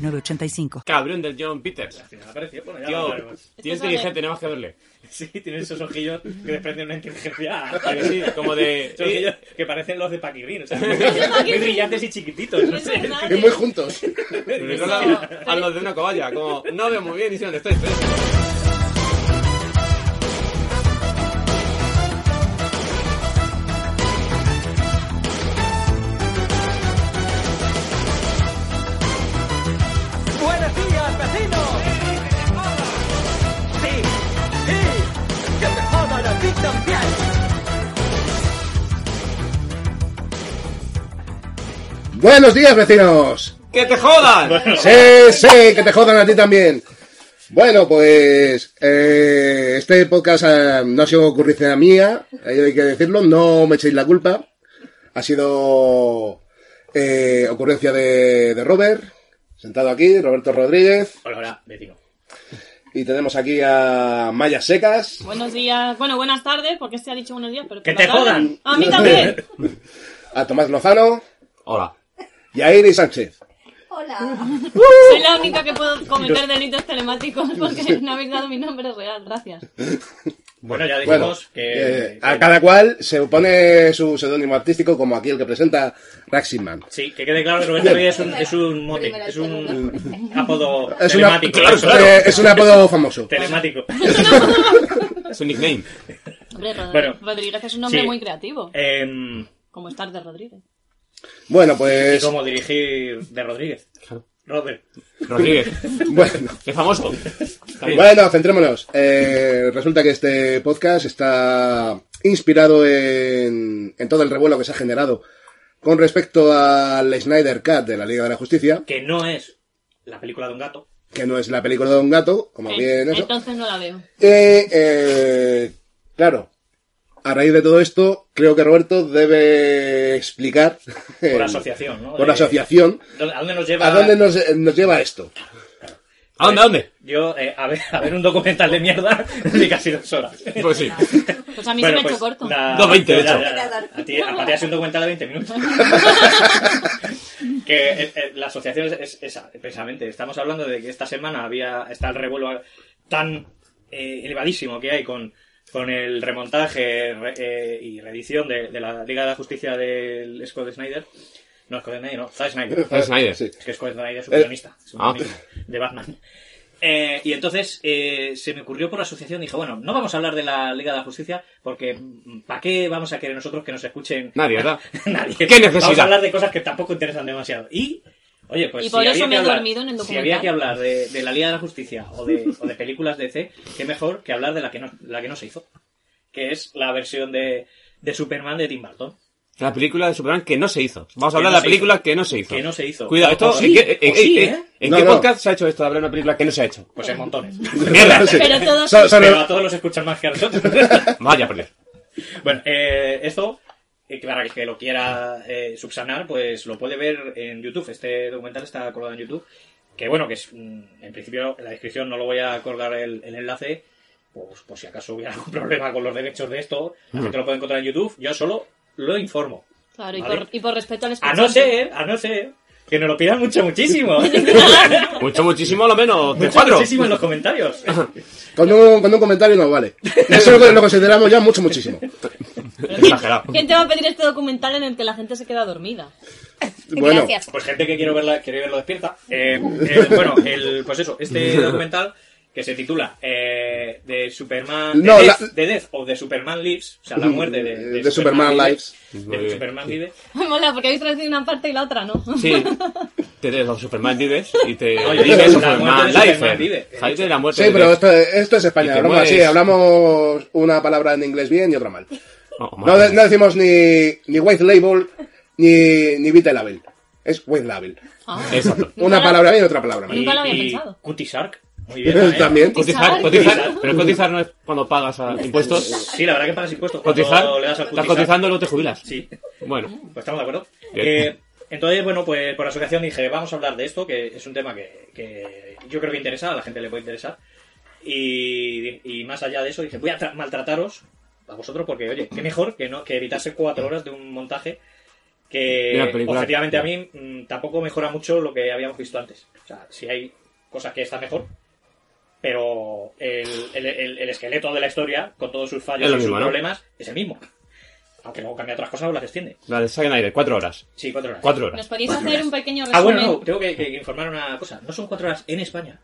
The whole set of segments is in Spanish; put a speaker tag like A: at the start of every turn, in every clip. A: 985.
B: Cabrón del John Peters.
C: Apareció, bueno, ya
B: Tío,
C: lo veremos.
B: tío
D: Esto
B: inteligente, tenemos que verle.
C: Sí, tiene esos ojillos que desprenden una inteligencia.
B: Que sí, como de-
C: Esos ojillos
E: eh,
C: que parecen los de Paki Green. O sea,
D: Paki
C: muy
D: Green.
C: brillantes y chiquititos. No
D: Es
C: sé.
D: verdad,
E: Es muy juntos.
B: Me recuerda a los de una cobaya, como no veo muy bien y sé dónde estoy. pero-
F: ¡Buenos días, vecino! ¡Sí! ¡Sí! ¡Que me jodan a ti también!
E: Buenos días, vecinos.
B: ¡Que te jodan!
E: Sí, sí, que te jodan a ti también. Bueno, pues eh, este podcast eh, no ha sido ocurrencia mía, eh, hay que decirlo, no me echéis la culpa. Ha sido eh, ocurrencia de, de Robert, sentado aquí, Roberto Rodríguez,
C: Hola, hola, vecino.
E: y tenemos aquí a Mayas Secas.
D: Buenos días, bueno, buenas tardes, porque se ha dicho buenos días, pero...
C: ¡Que
D: por
C: te
D: la tarde.
C: jodan!
D: ¡A mí también!
E: a Tomás Lozano
B: Hola.
E: y a Iris Sánchez.
D: Soy la única que puedo cometer delitos telemáticos porque no habéis dado mi nombre real, gracias.
C: Bueno, ya dijimos
E: Bueno,
C: que...
E: eh, a cada cual se pone su seudónimo artístico, como aquí el que presenta Raximan.
C: Sí, que quede claro que Roberto Reyes es un, es un mote,
G: Primera,
C: es un apodo
E: Es, una-
C: telemático.
E: eh, es un apodo famoso.
C: Telemático.
B: Es un nickname.
D: Hombre, Rod-
C: Bueno.
D: Rodríguez es un nombre
C: Sí.
D: muy creativo,
C: Em,
D: como estar de Rodríguez.
E: Bueno,
C: y
E: pues.
C: como dirigir de Rodríguez. Robert.
B: Rodríguez.
E: Bueno,
B: Es famoso. También.
E: bueno, centrémonos. Eh, resulta que este podcast está inspirado en, en todo el revuelo que se ha generado con respecto al Snyder Cut de la Liga de la Justicia,
C: Que no es la película de un gato.
E: que no es la película de un gato, como
D: Eh,
E: bien eso.
D: Entonces no la veo.
E: Eh, eh, claro, a raíz de todo esto, creo que Roberto debe explicar
C: Por
E: eh,
C: asociación, ¿no?
E: por
C: De-
E: asociación
C: ¿A dónde nos lleva?
E: a dónde nos, eh, nos lleva esto.
B: ¿A dónde? ¿A dónde?
C: Yo, eh, a, ver, a ver un documental de mierda de casi dos horas.
B: Pues sí.
D: Pues a mí
C: Bueno,
D: se me ha
C: pues,
D: hecho corto.
C: la-
B: 2.20 de
C: ya,
B: hecho.
C: ya, ya. A ti, a Matías, un documental de 20 minutos. que eh, eh, la asociación es, es esa, precisamente. Estamos hablando de que esta semana había está el revuelo tan eh, elevadísimo que hay con, con el remontaje re- eh, y reedición de, de la Liga de la Justicia del Scott Snyder. No, Scott Snyder, no, Zack Snyder.
B: Zack Snyder.
E: Sí.
C: Es que Scott Snyder es un guionista, es un
B: ah.
C: guionista de Batman. Eh, y entonces eh, se me ocurrió por la asociación, dije, bueno, no vamos a hablar de la Liga de la Justicia porque ¿para qué vamos a querer nosotros que nos escuchen
B: Nadie, ¿verdad?
C: nadie?
B: ¿Qué necesidad?
C: Vamos a hablar de cosas que tampoco interesan demasiado. Y, oye, pues
D: Y
C: si
D: por eso
C: había
D: me
C: que
D: he
C: hablar,
D: dormido en el
C: si
D: documental.
C: había que hablar de, de la Liga de la Justicia o de, o de películas de DC, qué mejor que hablar de la que no, la que no se hizo, que es la versión de, de Superman de Tim Burton.
B: La película de Superman que no se hizo. Vamos a
C: Que
B: hablar
C: no
B: de la
C: se
B: película
C: hizo.
B: que no se hizo.
C: Que no se hizo.
B: Cuidado, esto.
C: O sí,
B: ¿En qué, en-
C: o sí,
B: en-
C: ¿eh?
B: en
E: No,
B: qué
E: no.
B: podcast se ha hecho esto de hablar de una película que no se ha hecho?
C: Pues en montones.
B: Mierda.
E: Sí.
D: Pero todos-
E: Son- son-
C: Pero a todos los escuchan más que a nosotros.
B: Vaya, pues, perder.
C: Bueno, eh, esto, eh, que para el que lo quiera eh, subsanar, pues lo puede ver en YouTube. Este documental está colgado en YouTube. Que bueno, que es, mm, en principio en la descripción no lo voy a colgar el, el enlace. Pues por si acaso hubiera algún problema con los derechos de esto, la gente lo puede encontrar en YouTube. Yo solo lo informo.
D: Claro, y,
C: Vale. eh.
D: por, y por respeto al
C: A
D: escuchante.
C: no ser, a no ser, que nos lo pidan mucho, muchísimo.
B: Mucho, muchísimo, a lo menos. De
C: mucho,
B: cuatro.
C: muchísimo en los comentarios.
E: Con un, con un comentario no vale. Eso lo, lo consideramos ya mucho, muchísimo.
B: Exagerado.
D: ¿Quién te va a pedir este documental en el que la gente se queda dormida?
E: Bueno,
G: Gracias.
C: Pues gente que quiero verla, quiere verlo despierta. Eh, eh, bueno, el, pues eso, este documental que se titula eh, de Superman
E: No,
C: de,
E: la-
C: Death, de Death o de Superman Lives, o sea, la muerte de,
E: De Superman Lives.
C: de
B: Muy bien.
C: Superman Lives.
D: Mola, porque habéis traducido una parte y la otra, ¿no?
B: Sí. Te des los Superman Vives y te
C: Oye,
B: vives
C: la
B: Superman
C: muerte de Superman eh.
B: Life.
C: vive.
B: Jaite de la muerte
E: sí,
B: de
E: pero
B: Death.
E: esto, esto es
B: Y
E: España,
B: te
E: broma,
B: mueres.
E: sí, hablamos una palabra en inglés bien y otra mal.
B: Oh,
E: No,
B: madre.
E: de- no decimos ni, ni white label ni, ni vita label. es Web Label.
D: Ah.
B: Exacto.
E: Una
D: Nunca-
E: palabra bien y otra palabra mal.
D: Nunca lo había
C: y
D: pensado.
C: Cutie Shark. Muy bien. ¿eh? también.
E: También.
B: Cotizar, cotizar. Pero cotizar no es cuando pagas a impuestos.
C: Sí, la verdad que pagas impuestos. cuando
B: Cotizar.
C: le das
B: Estás
C: al cutizar.
B: cotizando y luego te jubilas.
C: Sí,
B: Bueno.
C: pues estamos de acuerdo.
B: Bien.
C: Eh, entonces, bueno, pues por asociación dije, vamos a hablar de esto, que es un tema que, que yo creo que interesa, a la gente le puede interesar. Y, y más allá de eso, dije, voy a tra- maltrataros a vosotros porque, oye, qué mejor que, no, que evitarse cuatro horas de un montaje que,
B: De una película.
C: objetivamente, a mí mm, tampoco mejora mucho lo que habíamos visto antes. O sea, si hay cosas que están mejor, pero el, el- el- el esqueleto de la historia, con todos sus fallos
B: Es lo
C: y sus
B: mismo, ¿no?
C: problemas, es el mismo. Aunque luego cambia otras cosas o las extiende.
B: Vale, saquen aire. Cuatro horas.
C: Sí, cuatro horas.
B: Cuatro
D: ¿Nos
B: horas.
D: podéis hacer un pequeño resumen?
C: Ah, bueno, no, tengo que, que informar una cosa. No son cuatro horas en España.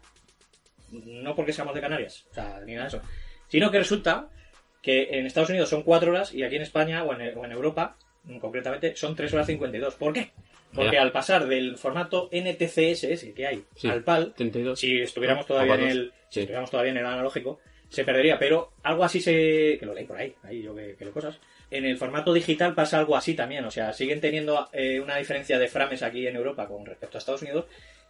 C: No porque seamos de Canarias, o sea, ni nada de eso. Sino que resulta que en Estados Unidos son cuatro horas y aquí en España o en, o en Europa, mm, concretamente, son tres horas 52. ¿Por qué? Porque
B: Mira.
C: al pasar del formato NTCSS que hay
B: Sí.
C: al PAL,
B: 32.
C: si estuviéramos todavía en
B: Aguados.
C: el si
B: Ah, Sí.
C: estuviéramos todavía en el analógico se perdería pero algo así se que lo leí por ahí ahí yo que, que leo cosas en el formato digital pasa algo así también o sea siguen teniendo eh, una diferencia de frames aquí en Europa con respecto a Estados Unidos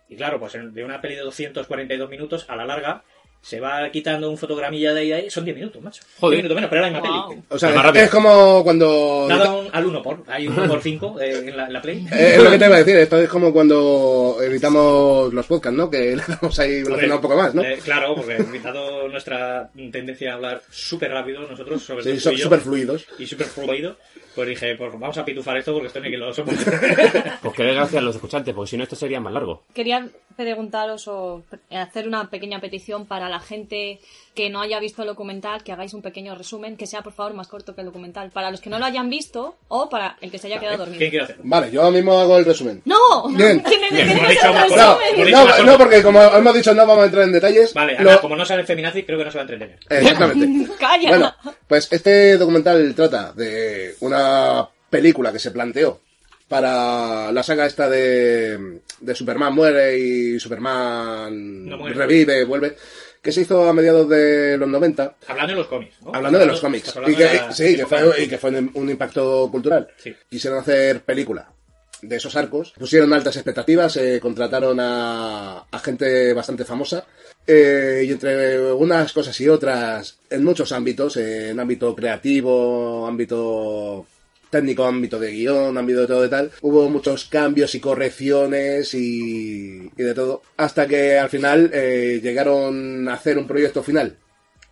C: y claro pues en- de una peli de 242 minutos a la larga se va quitando un fotogramilla de ahí a ahí son 10 minutos macho
B: Joder.
C: 10 minutos menos pero era la misma
D: Wow.
C: peli
E: O
B: Es más
E: sea, es,
B: rápido.
E: es como cuando...
C: Nada un- al 1 por hay 1 por 5 en, la, en la play
E: Eh, es lo que te iba a decir, esto es como cuando editamos los podcasts, ¿no? Que le damos ahí
C: Hombre,
E: velocidad un poco más, ¿no?
C: eh, claro, porque dado nuestra tendencia a hablar súper rápido, nosotros sobre
E: Sí,
C: todo pues tú
E: son
C: y yo,
E: súper fluidos.
C: y súper fluido, pues dije, pues vamos a pitufar esto porque esto ni que lo somos.
B: Pues que dé gracias a los escuchantes, porque si no, esto sería más largo.
D: Quería preguntaros o pre- hacer una pequeña petición para la gente que no haya visto el documental, que hagáis un pequeño resumen, que sea por favor más corto que el documental, para los que no lo hayan visto o para el que se haya quedado
C: ¿Quién
D: dormido.
C: quiere hacerlo?
E: Vale, yo mismo hago el resumen.
D: ¡No!
E: Bien.
D: ¡Que me
C: Bien,
D: queréis
C: hemos hecho
D: hacer
C: más-
E: No,
D: un
C: Por
D: resumen!
C: eso
E: no,
C: mejor.
E: no, porque como hemos dicho no vamos a entrar en detalles.
C: Vale,
E: Lo-
C: Ana, como no sale feminazi, creo que no se va a entretener.
E: Eh, Exactamente.
D: ¡Calla!
E: Bueno, pues este documental trata de una película que se planteó para la saga esta de, de Superman muere y Superman
C: No muere.
E: revive, vuelve, que se hizo a mediados de los 90,
C: Hablando de los cómics, ¿no?
E: hablando de los cómics,
C: estás Oh, hablando
E: y que,
C: de la-
E: sí, que fue, y que fue un, un impacto cultural.
C: Sí.
E: Quisieron hacer película de esos arcos, pusieron altas expectativas, eh, contrataron a, a gente bastante famosa, eh, y entre unas cosas y otras, en muchos ámbitos, eh, en ámbito creativo, ámbito técnico, ámbito de guión, ámbito de todo de tal, hubo muchos cambios y correcciones y, y de todo, hasta que al final eh, llegaron a hacer un proyecto final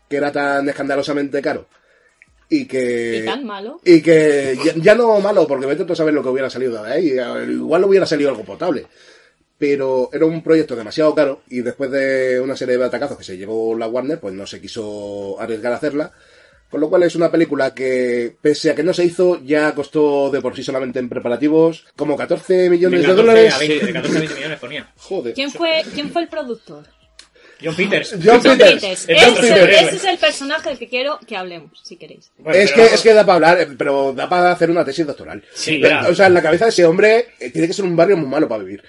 E: que era tan escandalosamente caro y que
D: ¿Y tan malo?
E: y que ya, ya no malo porque vete tú a saber lo que hubiera salido de ahí eh, igual hubiera salido algo potable pero era un proyecto demasiado caro y después de una serie de batacazos que se llevó la Warner pues no se quiso arriesgar a hacerla con lo cual es una película que pese a que no se hizo ya costó de por sí solamente en preparativos como 14 millones
C: 14
E: de,
C: a
E: dólares
C: 20, de 14 a 20 millones ponía.
E: joder
D: ¿Quién fue, ¿Quién fue el productor?
C: John Peters.
E: John Peters.
D: Peters.
C: El
D: Ese,
C: otro superhéroe.
D: ese es el personaje del que quiero que hablemos, si queréis.
C: Bueno,
E: es,
C: pero
E: que,
C: vamos-
E: es que da para hablar, eh, pero da para hacer una tesis doctoral.
C: Sí,
E: Pero,
C: ya.
E: O sea, en la cabeza de ese hombre eh, tiene que ser un barrio muy malo para vivir.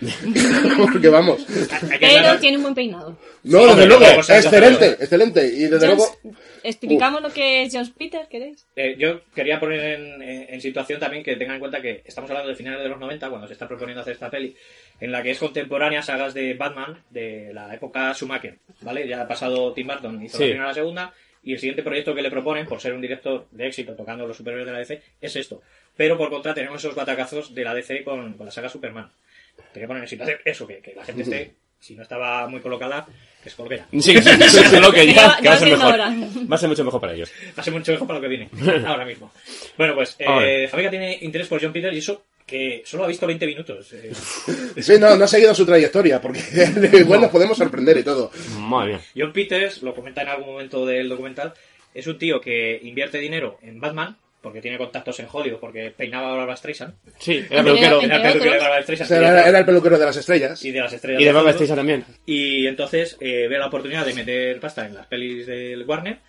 E: Porque vamos.
C: hay que
D: Pero
C: aclarar-
D: tiene un buen peinado.
C: Sí,
E: No, desde
C: hombre,
E: luego.
C: luego se hace
E: Excelente,
C: doctorado.
E: excelente. Y desde
D: Jones-
E: luego.
D: ¿Explicamos lo que es Jones Peter, queréis?
C: Eh, yo quería poner en, en- en situación también que tengan en cuenta que estamos hablando de finales de los 90, cuando se está proponiendo hacer esta peli, en la que es contemporánea a sagas de Batman de la época Schumacher, ¿vale? Ya ha pasado Tim Burton, hizo la
B: Sí.
C: primera y la segunda, y el siguiente proyecto que le proponen, por ser un director de éxito tocando los superiores de la DC, es esto. Pero por contra tenemos esos batacazos de la DC con, con la saga Superman. Te que poner en situación eso, que, que la gente esté, si no estaba muy colocada, que se colguera.
B: Sí, sí, sí, sí, sí, lo que ya,
D: Ya-
B: que va
D: ya
B: a ser
D: siendo
B: mejor.
D: hora.
B: Va a ser mucho mejor para ellos.
C: Hace mucho mejor para lo que viene, ahora mismo. Bueno, pues
B: A
C: eh,
B: ver.
C: Fabrica tiene interés por John Peter y eso que solo ha visto 20 minutos. eh.
E: Sí, no, no ha seguido su trayectoria, porque igual nos podemos sorprender y todo.
B: Madre mía.
C: John Peters, lo comenta en algún momento del documental, es un tío que invierte dinero en Batman, porque tiene contactos en Hollywood, porque peinaba a Barbara Streisand.
B: Sí, era
D: Entre-
B: peluquero.
D: entre-
C: Era peluquero de
D: otros.
C: Barbara
E: O
C: Streisand.
E: sea,
C: y de-
E: era, era el peluquero de las estrellas.
C: Y de las estrellas.
B: Y de Barbra
C: Hollywood.
B: Streisand también.
C: Y entonces eh, ve la oportunidad de meter pasta en las pelis del Warner.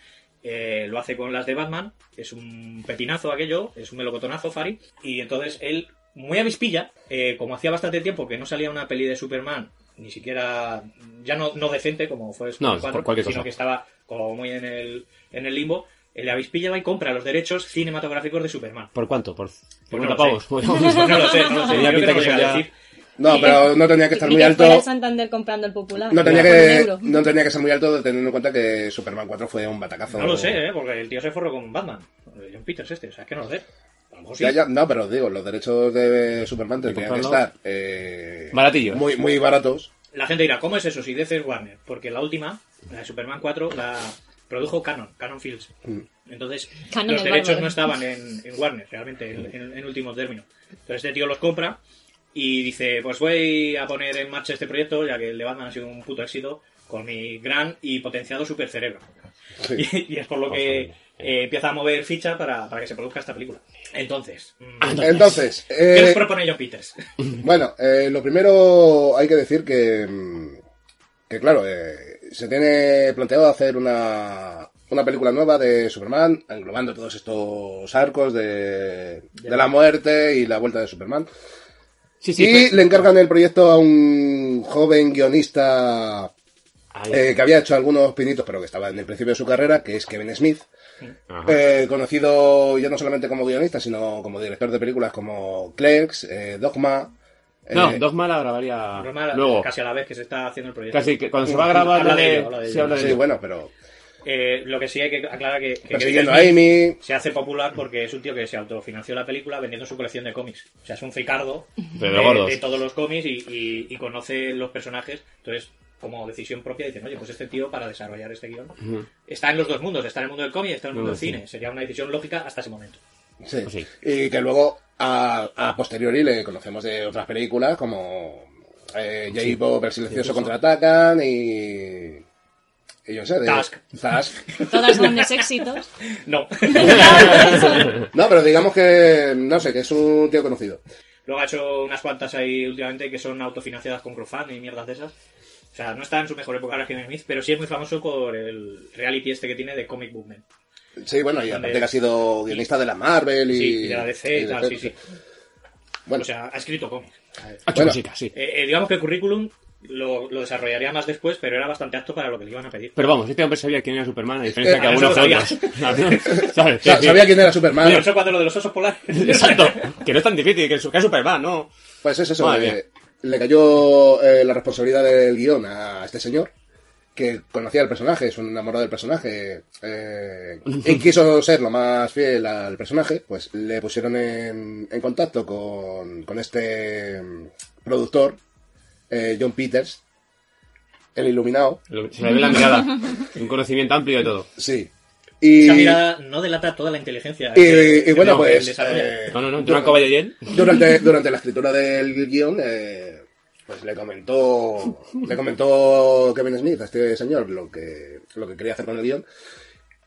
C: eh, lo hace con las de Batman. Es un pepinazo aquello, es un melocotonazo, Fari. Y entonces él, muy avispilla, eh, como hacía bastante tiempo que no salía una peli de Superman, ni siquiera, ya no, no decente como fue Superman
B: No,
C: 4,
B: por cualquier
C: sino
B: cosa.
C: que estaba como muy en el, en el limbo, el avispilla va y compra los derechos cinematográficos de Superman.
B: ¿Por cuánto? ¿Por 50
C: Pues no lo
B: pavos?
C: sé. No lo sé, no lo sé.
B: Tenía
C: Yo
B: pinta
C: tengo
B: que
C: que
B: sería-
C: decir
E: No, pero no tenía que estar
D: Ni
E: muy
D: que fuera
E: alto.
D: a Santander comprando el popular.
E: No tenía,
D: por un
E: que,
D: euro.
E: no tenía que ser muy alto teniendo en cuenta que Superman 4 fue un batacazo.
C: No lo sé, ¿eh? porque el tío se forró con Batman. John Peters este, o sea, es que no lo sé. A lo mejor sí.
E: Ya, ya, no, pero digo, los derechos de Superman tendrían que
G: comprarlo?
E: estar eh,
G: Baratillos.
E: Muy, muy baratos.
C: La gente dirá, ¿cómo es eso si DC es Warner? Porque la última, la de Superman 4, la produjo Canon, Canon Fields. Entonces,
D: Canon
C: los
D: el
C: derechos
D: bárbaro.
C: no estaban en, en Warner, realmente, en, en- en último término. Entonces, este tío los compra y dice, pues voy a poner en marcha este proyecto, ya que el de Batman ha sido un puto éxito, con mi gran y potenciado super cerebro. Y, y es por lo que eh, empieza a mover ficha para, para que se produzca esta película. Entonces, mm,
E: Entonces,
C: ¿qué nos
E: Ah, eh,
C: propone John Peters?
E: bueno, eh, lo primero hay que decir que, mm, que claro, eh, se tiene planteado hacer una, una película nueva de Superman, englobando todos estos arcos de, de la muerte y la vuelta de Superman.
G: Sí, sí. pues,
E: y le encargan el proyecto a un joven guionista
G: Ahí.
E: eh, que había hecho algunos pinitos, pero que estaba en el principio de su carrera, que es Kevin Smith.
G: Ajá.
E: Eh, conocido ya no solamente como guionista, sino como director de películas como Clerks, eh, Dogma. eh,
G: no, Dogma la grabaría
C: Normal,
G: Ah, luego.
C: casi a la vez que se está haciendo el proyecto.
G: Casi, que cuando se va a grabar
C: Habla
G: la
C: de
G: de...
C: ello, habla de
G: se
C: ello.
G: habla de
E: sí,
G: ello.
E: bueno, pero
C: Eh, lo que sí hay que aclarar que, que
E: persiguiendo a
C: Kevin Smith
E: Amy.
C: se hace popular porque es un tío que se autofinanció la película vendiendo su colección de cómics. O sea, es un fricardo
G: Pero
C: de-
G: gordos.
C: de todos los cómics y, y- y conoce los personajes. Entonces, como decisión propia, dicen, oye, pues este tío para desarrollar este guión está en los dos mundos, está en el mundo del cómic y está en el mundo del cine. Sería una decisión lógica hasta ese momento.
E: sí.
C: Oh,
G: Pues sí.
E: Y que luego a, a posteriori le conocemos de otras películas como eh,
C: Oh,
E: J. Bob, el silencioso contraatacan y. Y yo sé, de.
C: Task.
E: Task.
D: Todas grandes éxitos.
C: No.
E: No, pero digamos que, no sé, que es un tío conocido.
C: Luego ha hecho unas cuantas ahí últimamente que son autofinanciadas con crowdfunding y mierdas de esas. O sea, no está en su mejor época ahora Kevin Smith, pero sí es muy famoso por el reality este que tiene de Comic Book Men.
E: Sí, bueno, y aparte que ha sido guionista de la Marvel y...
C: Sí, y de la DC y tal, sí, sí.
E: Bueno,
C: O sea, ha escrito cómics. A ver.
G: Ha hecho
E: Bueno.
G: cositas, Ah, sí.
C: Eh, eh, digamos que el currículum lo, lo desarrollaría más después, pero era bastante apto para lo que le iban a pedir.
G: Pero vamos, este hombre sabía quién era Superman, a diferencia
E: Eh,
G: que
C: ah,
G: algunos
C: eso lo
G: otros. ¿Sabes?
E: o sea,
G: Sí, sí.
E: sabía quién era Superman.
C: Pero eso cuando lo de los osos polares.
G: Exacto. Que no es tan difícil, que su- que es Superman, ¿no?
E: Pues es eso,
G: Madre
E: que
G: mía.
E: le cayó eh, la responsabilidad del guión a este señor, que conocía el personaje, es un enamorado del personaje, eh, y quiso ser lo más fiel al personaje, pues le pusieron en, en contacto con, con este mm, productor, eh, John Peters, el iluminado,
G: Lo- Se le ve la mirada. Un conocimiento amplio de todo.
E: sí. Y,
C: Esa mirada no delata toda la inteligencia.
E: Y,
C: que-
E: y bueno,
C: que el
E: pues.
C: desarrollo.
E: eh,
G: No, no, no, Durán Caballeriel.
E: Durante, durante la escritura del guión, eh, pues le comentó. Le comentó Kevin Smith a este señor lo que, lo que quería hacer con el guión.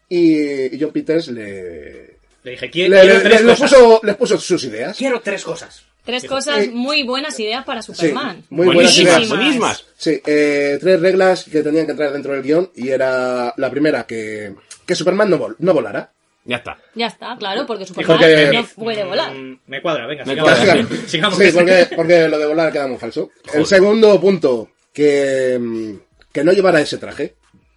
E: Y, y John Peters le.
C: le dije,
E: le-
C: "Qui- quiero
E: le- eh, le-
C: tres
E: les
C: cosas.
E: puso, les puso sus ideas.
C: Quiero tres cosas.
D: Tres
C: Dijo,
D: cosas
E: Eh,
D: muy buenas ideas para Superman.
E: muy buenas
G: Buenísimas,
E: ideas.
G: buenísimas.
E: Sí, eh, tres reglas que tenían que entrar dentro del guión. Y era la primera, que, que Superman no, vol- no volara.
G: Ya está.
D: Ya está, claro, porque Superman
E: que-
D: no puede volar.
C: "Mm, me cuadra, venga,
G: Me
C: sigamos.
G: cuadra.
C: sigamos.
E: Sí, porque, porque lo de volar queda muy falso. El segundo punto, que, mm, que no llevara ese traje.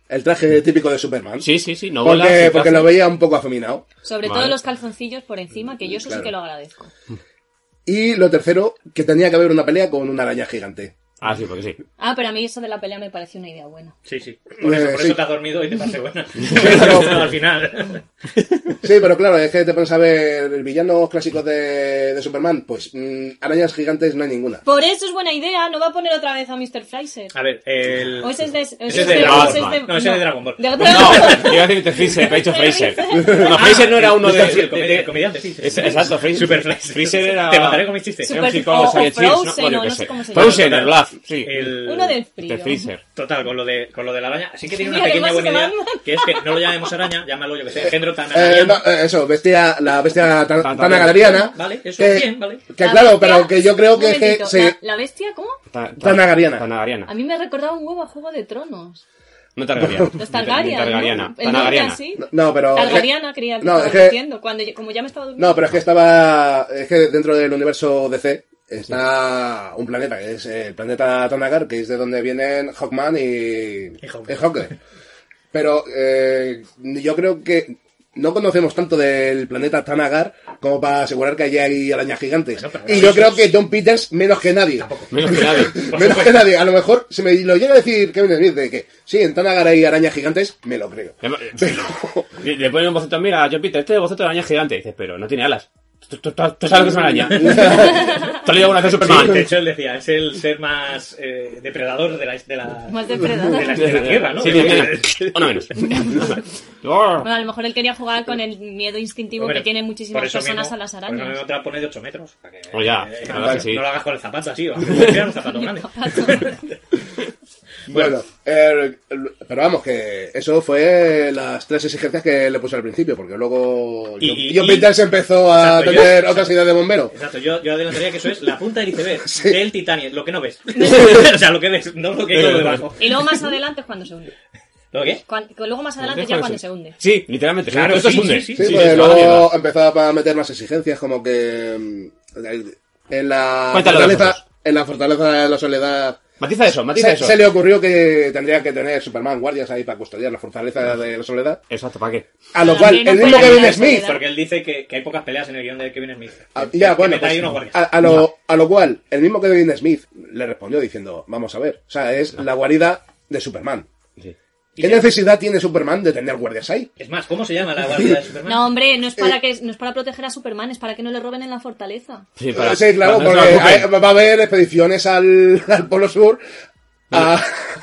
E: El traje típico de Superman.
G: Sí, sí, sí, no
E: porque,
G: vola. se
E: porque
G: plaza.
E: lo veía un poco afeminado.
D: Sobre
G: Vale.
D: todo los calzoncillos por encima, que yo eso sí que lo agradezco.
E: Y lo tercero, que tenía que haber una pelea con una araña gigante.
G: Ah, sí, porque sí.
D: Ah, pero a mí eso de la pelea me pareció una idea buena.
C: Sí, sí. Por eso,
E: Eh,
C: por
E: sí.
C: eso te has dormido y te parece buena.
E: pero-
C: Al final.
E: Sí, pero claro, es que te pones a ver villanos clásicos de, de Superman, pues mm, arañas gigantes no hay ninguna.
D: Por eso es buena idea, no va a poner otra vez a Mr. Fraser.
C: A ver, el...
D: O ese es de. o
C: Ah, Ese es
G: de
D: de-
G: Dragon
D: ese es
G: Ball.
C: No, ese es de Dragon Ball.
D: De
G: No, iba a decir Mr. Freezer, pero he dicho Fraser.
E: Ah.
G: No, Fraser no era uno
C: Mr.
G: de.
C: Freeze, Ah, el
G: de-
C: comedi-
G: de-
C: el comediante, sí. sí.
G: Es- exacto, Freezer.
C: Superflex.
G: Freezer era.
C: Te mataré con mis chistes.
G: era un
D: Super-
G: psicólogo,
D: o-
G: sabía
D: o
G: chistes,
D: Frozen,
G: yo
D: o
G: qué
D: no sé cómo se llama.
G: Frozen, el Bluff, sí.
C: El-
D: Uno del frío.
G: Mr. Freezer.
C: Total, con lo de, con lo de la araña. Sí que tiene una
D: Mira,
C: pequeña
D: además
C: buena
D: se
C: idea,
D: manda.
C: que es que no lo llamemos araña, llámalo yo que sé, género tan
E: Eh, no,
C: araña. Ah,
E: eh, eso, bestia, la bestia tan,
G: Tan-
E: tan agarriana.
C: Vale, eso,
E: que,
C: bien, vale.
E: Que
D: La
E: claro,
D: bestia-
E: pero que yo creo
D: Ah, Un
E: que es que
D: momentito,
E: se...
D: la- ¿La bestia cómo?
G: Ta- ta-
E: Tanagariana.
D: A
G: Tanagariana.
D: mí me recordaba un huevo a Juego de Tronos.
G: No Targaryen.
D: Los Targaryen. ¿no?
G: Targariana.
D: El nombre
G: Tanagariana.
D: así.
E: No, pero...
D: Targariana quería
E: No,
D: estaba
E: es que-
D: diciendo, cuando yo- como ya me estaba durmiendo.
E: No, pero es que estaba. Es que dentro del universo DC está un planeta, que es el planeta Tanagar, que es de donde vienen Hawkman y.
C: Y Hawkeye.
E: y Hawkeye. Pero eh, yo creo que no conocemos tanto del planeta Tanagar como para asegurar que allí hay arañas gigantes.
C: Bueno, pero
E: y yo
C: eso
E: creo
C: es-
E: que John Peters menos que nadie.
G: Menos que nadie.
C: Por
E: menos que
C: supuesto.
E: nadie. A lo mejor, si me lo llega a decir Kevin Smith de que sí, en Tanagar hay arañas gigantes, me lo creo.
G: Em,
E: Pero,
G: eh, Le, le ponen un boceto, mira, John Peter, este boceto de araña es gigante. Dices, pero no tiene alas. Tú, tú- tú- tú sabes lo que es una araña. Tú has leído alguna vez Superman.
C: de hecho, él decía, es el ser más eh, depredador de la, de la,
D: Más
C: de la-
D: depredador.
C: de la Tierra, ¿no?
G: Sí,
C: Que-
G: tiene alas. Una menos. Oh.
D: Bueno, a lo mejor él quería jugar con el miedo instintivo
C: Hombre,
D: que tienen muchísimas
C: por eso
D: personas
C: mismo-
D: a las
C: Por eso
D: arañas.
C: mismo te la pone de 8 metros. para que-
G: Oh, ya,
C: eh,
G: la
C: no,
G: verdad que sí.
C: no lo hagas con el zapato así. va. Tira un zapato grande.
E: bueno, eh, pero vamos, que eso fue las tres exigencias que le puse al principio, porque luego
C: Y-
E: John-
C: y-
E: John
C: y-
E: Peters empezó a
C: Exacto, yo-
E: tener otras ideas de bombero.
C: Exacto, yo, yo adelantaría que eso es la punta del iceberg
E: Sí.
C: del Titanic, lo que no ves. o sea, lo que ves, no lo que hay debajo.
D: Y luego más adelante es cuando se hunde.
C: ¿Lo que?
D: Cuan- que luego
C: Pues
D: más adelante es ya cuando se hunde.
G: Sí, literalmente.
C: Claro,
G: esto
C: sí,
G: es un
C: sí,
G: de-
C: sí,
E: Sí,
C: sí,
E: pues
G: es una
E: luego
G: mierda.
E: empezaba a meter más exigencias, como que mm, en la
G: Cuéntalo
E: fortaleza,
G: nosotros.
E: en la fortaleza de la soledad
G: Matiza eso, matiza
E: se,
G: eso.
E: se le ocurrió que tendría que tener Superman guardias ahí para custodiar la
C: Ah.
E: fortaleza de la soledad.
G: Exacto, ¿para qué?
E: A lo
D: Pero
E: cual,
D: también
E: el
D: no
E: mismo
D: fue la
E: Kevin
D: gran
E: Smith.
D: soledad.
C: Porque él dice que, que hay pocas peleas en el guión de Kevin Smith.
G: Ah,
E: a-
C: Que-
E: ya,
C: que
E: bueno,
C: meta ahí
E: pues,
C: unos guardias.
E: a, a lo, a lo cual, el mismo Kevin Smith le respondió diciendo, vamos a ver, o sea, es la guarida de Superman.
G: Sí.
E: ¿Qué necesidad tiene Superman de tener guardias ahí?
C: Es más, ¿cómo se llama la guardia de Superman?
D: No, hombre, no es para
E: Eh,
D: que no es para proteger a Superman, es para que no le roben en la fortaleza.
G: Sí, para-
E: sí, claro,
G: para no
E: porque
G: se
E: hay-
G: ocupen.
E: va a haber expediciones al, al Polo Sur a,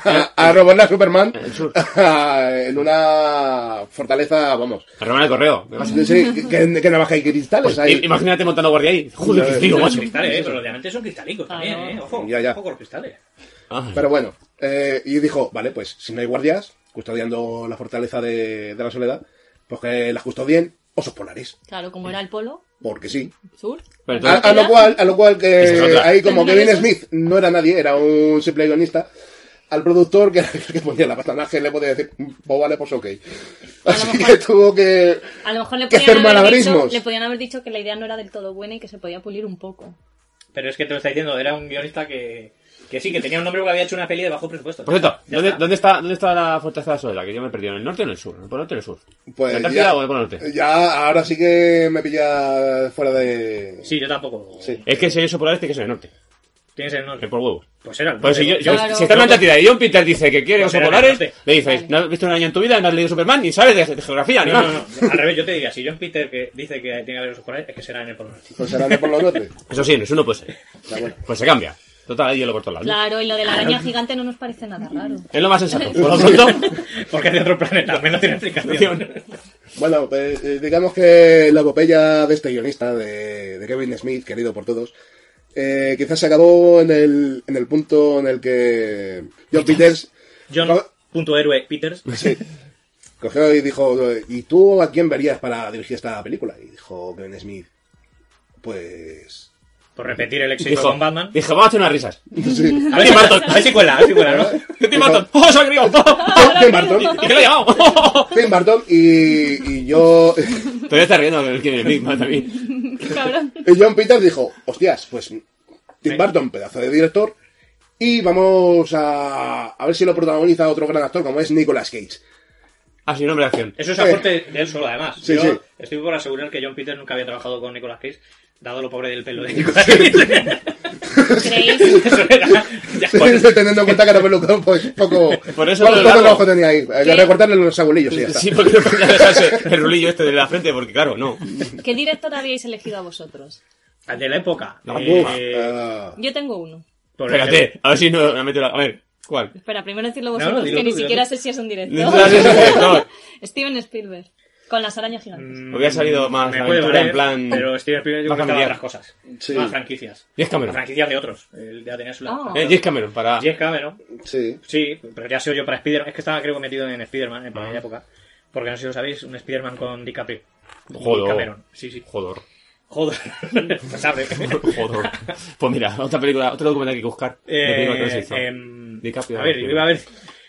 E: a, a robarle a Superman
G: El sur.
E: a- en una fortaleza, vamos.
G: Me roban el correo. ¿Qué pasa?
E: Sí, que, que, que navaja y cristales
G: I-
E: ahí.
G: Imagínate montando guardia ahí. Joder, qué frío,
C: Son los
G: macho.
C: cristales, eh, pero los diamantes son cristalicos
D: Ah,
C: también,
D: no.
C: eh. Ojo,
E: Ya, ya.
C: ojo con los cristales.
G: Ah.
E: Pero bueno, eh, y dijo, vale, pues si no hay guardias custodiando la fortaleza de, de la soledad, pues que las custodien osos polares,
D: Claro, como era el polo
E: porque sí.
D: sur.
G: Pero
E: A,
G: entonces-
E: a lo cual, a lo cual
G: Esa es
E: que
G: otra.
E: ahí como Kevin
D: Termina eso.
E: Smith no era nadie, era un simple guionista. Al productor que, que ponía la patanaje le podía decir, pues vale, pues ok. Así que tuvo que...
D: A lo mejor le
E: Que hacer
D: podían, haber dicho,
E: malabarismos.
D: le podían haber dicho que la idea no era del todo buena y que se podía pulir un poco.
C: Pero es que te lo está diciendo, era un guionista que, que sí, que tenía un nombre porque había hecho una peli de bajo presupuesto.
G: Por cierto,
C: Ya
G: ¿dónde,
C: está.
G: dónde está, ¿dónde está la fortaleza de la soledad? Que yo me he perdido. ¿En el norte o en el sur? ¿En el polo norte o en el sur?
E: Pues
G: ¿En Antártida
E: ya, Eh,
G: o en el polo norte?
E: ya, ahora sí que me pilla fuera de...
C: Sí, yo tampoco.
E: Sí.
G: Es que si hay oso polar, este que es en el norte.
C: Tienes el nombre.
G: Es por huevos.
C: Pues era el
G: Pues si, yo,
C: nombre.
G: yo-
D: Claro.
G: si está en la Antártida y John Peter dice que quiere
C: Pues
G: osos
C: era en el
G: polares,
C: norte.
G: le dices,
D: Vale.
G: ¿no has visto una araña en tu vida? ¿No has leído Superman? Ni sabes de, de geografía, ni
C: No,
G: nada.
C: no, no. Al revés, yo te diría, si John Peter que dice que tiene que haber los escolares, es que será en el porno.
E: Pues será de por los norte.
G: Eso sí, en el sur no puede ser.
E: Ya, bueno.
G: Pues se cambia. Total, ahí yo lo corto la luz.
D: Claro, y lo de la araña gigante no nos parece nada raro.
G: Es lo más sensato. Por lo pronto,
C: Porque es de otro planeta, al menos tiene explicación.
E: Bueno, pues, eh, digamos que la epopeya de este guionista, de, de Kevin Smith, querido por todos, eh, quizás se acabó en el, en el punto en el que John Peters
C: John,
G: Pues-
C: punto héroe, Peters.
E: cogió y dijo, ¿y tú a quién verías para dirigir esta película? Y dijo Kevin Smith, pues...
C: Por repetir el éxito
G: dijo,
C: con Batman.
G: dije, vamos a hacer unas risas.
E: Sí.
C: A ver si Barton, a ver si cuela, a ver si cuela, ¿no?
G: Tim Burton, ¡oh, soy griego!
E: Tim Burton.
G: ¿Y qué le he llamado?
E: Tim Burton y, y yo...
G: Todavía está riendo el que me mata a mí.
D: Cabrón.
E: Y John Peters dijo, hostias, pues Tim Burton, pedazo de director, y vamos a, a ver si lo protagoniza otro gran actor como es Nicolas Cage.
G: Ah, sí, nombre de acción.
C: Eso es aporte de él solo, además.
E: Sí,
C: yo
E: sí.
C: estoy por asegurar que John Peters nunca había trabajado con Nicolas Cage, dado lo pobre del pelo de Nicolas Cage.
D: ¿Creéis?
C: Eso era. Ya, pues,
E: Teniendo en cuenta que era pelucón, pues poco...
G: Por eso
E: poco,
G: todo
E: poco
G: largo.
E: ojo tenía ahí. Hay que
D: Sí.
E: recortarle los agulillos y ya está.
G: Sí, porque no podía dejarse el rulillo este de la frente, porque claro, no.
D: ¿Qué director habéis elegido a vosotros?
C: de la época.
G: No,
E: Uf,
C: eh,
E: ah.
D: Yo tengo uno.
C: por el-
G: Espérate, a ver si no me meto la... A ver, ¿cuál?
D: Espera, primero decirlo
C: no,
D: vosotros,
C: dilo
D: que
C: tú,
D: ni
C: dilo
D: siquiera
C: tú.
D: sé si es un
G: No,
D: director.
G: no, no, no.
D: Steven Spielberg, con las arañas gigantes.
G: Me hubiera salido más
C: Mm, Me
G: la
C: puede
G: aventura
C: valer,
G: en plan...
C: Pero Steven Spielberg yo
G: más
C: creo que estaba
G: familiar.
C: otras cosas.
E: Sí.
C: Más franquicias.
G: James Cameron.
C: Más franquicias de otros. El de Atenas.
D: Ah.
G: Eh, James Cameron, para...
C: James Cameron.
E: Sí.
C: Sí, pero ya sido yo para Spider-Man. Es que estaba, creo que metido en Spider-Man en
G: Ah.
C: aquella época. Porque no sé si lo sabéis, un Spider-Man con DiCaprio. Y
G: Joder.
C: Cameron. Sí, sí.
G: Jodor.
C: Joder. Pues sabe.
G: Jodor. Pues mira, otra película, otro documental que hay que buscar. de película que no se
C: Eh,
G: hizo.
C: em,
G: DiCaprio.
C: a ver, yo iba a haber,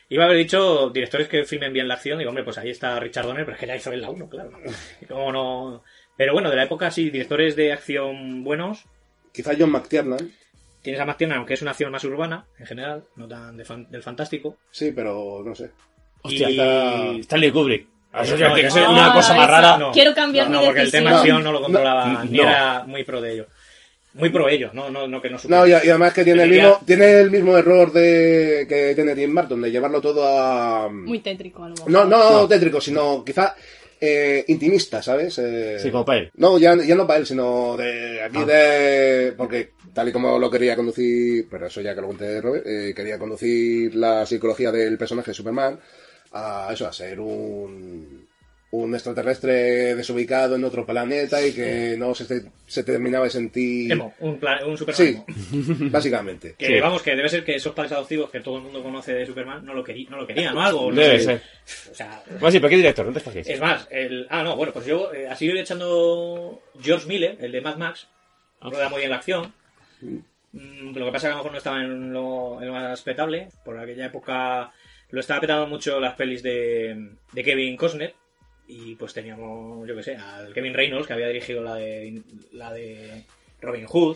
C: iba a haber dicho directores que filmen bien la acción. Digo, hombre, pues ahí está Richard Donner, pero es que ya hizo él la 1, claro. ¿Cómo no? Pero bueno, de la época sí, directores de acción buenos.
E: Quizá John McTiernan.
C: Tienes a Matt Tiernan, aunque es una acción más urbana, en general, no tan de fan- del fantástico.
E: Sí, pero no sé.
G: Hostia,
C: y-
G: Stanley Kubrick. Eso ya tiene que ser
D: no,
G: una
D: no,
G: cosa más
D: eso
G: rara.
D: no. Ah, Quiero cambiar
C: no,
D: mi
C: porque el
D: decisión.
C: tema acción
E: No,
C: no lo
E: no,
C: controlaba, ni
G: no.
C: era muy pro de ello. Muy pro ello, no, no, no que no supiera.
E: No, y, y además que tiene el
C: Debería-
E: mismo, tiene el mismo error de, que tiene Tim Burton, de llevarlo todo a...
D: Muy tétrico algo.
E: No, no, tétrico, sino quizá eh, intimista, ¿sabes? Eh,
G: Sí, como para él.
E: No, ya, ya no para él, sino de aquí de... Porque tal y como lo quería conducir, pero eso ya que lo conté Robert, eh, quería conducir la psicología del personaje de Superman a eso, a ser un un extraterrestre desubicado en otro planeta y que no se, te- se terminaba de sentir...
C: Emo, un, plan, un super
E: Sí, básicamente.
C: Que
G: Sí.
C: vamos, que debe ser que esos padres adoptivos que todo el mundo conoce de Superman no lo, querí- no lo querían o algo. no
G: Debe
C: sé.
G: ser.
C: O sea,
G: Bueno, sí, pero ¿qué director? No te estás
C: es más, el... ah, no, bueno, pues yo eh, así voy echando George Miller, el de Mad Max,
G: Ah.
C: rueda muy bien la acción. Mm, Lo que pasa es que a lo mejor no estaba en lo, en lo más petable, por aquella época lo estaba petando mucho las pelis de, de Kevin Costner. Y pues teníamos, yo qué sé, al Kevin Reynolds, que había dirigido la de, la de Robin Hood.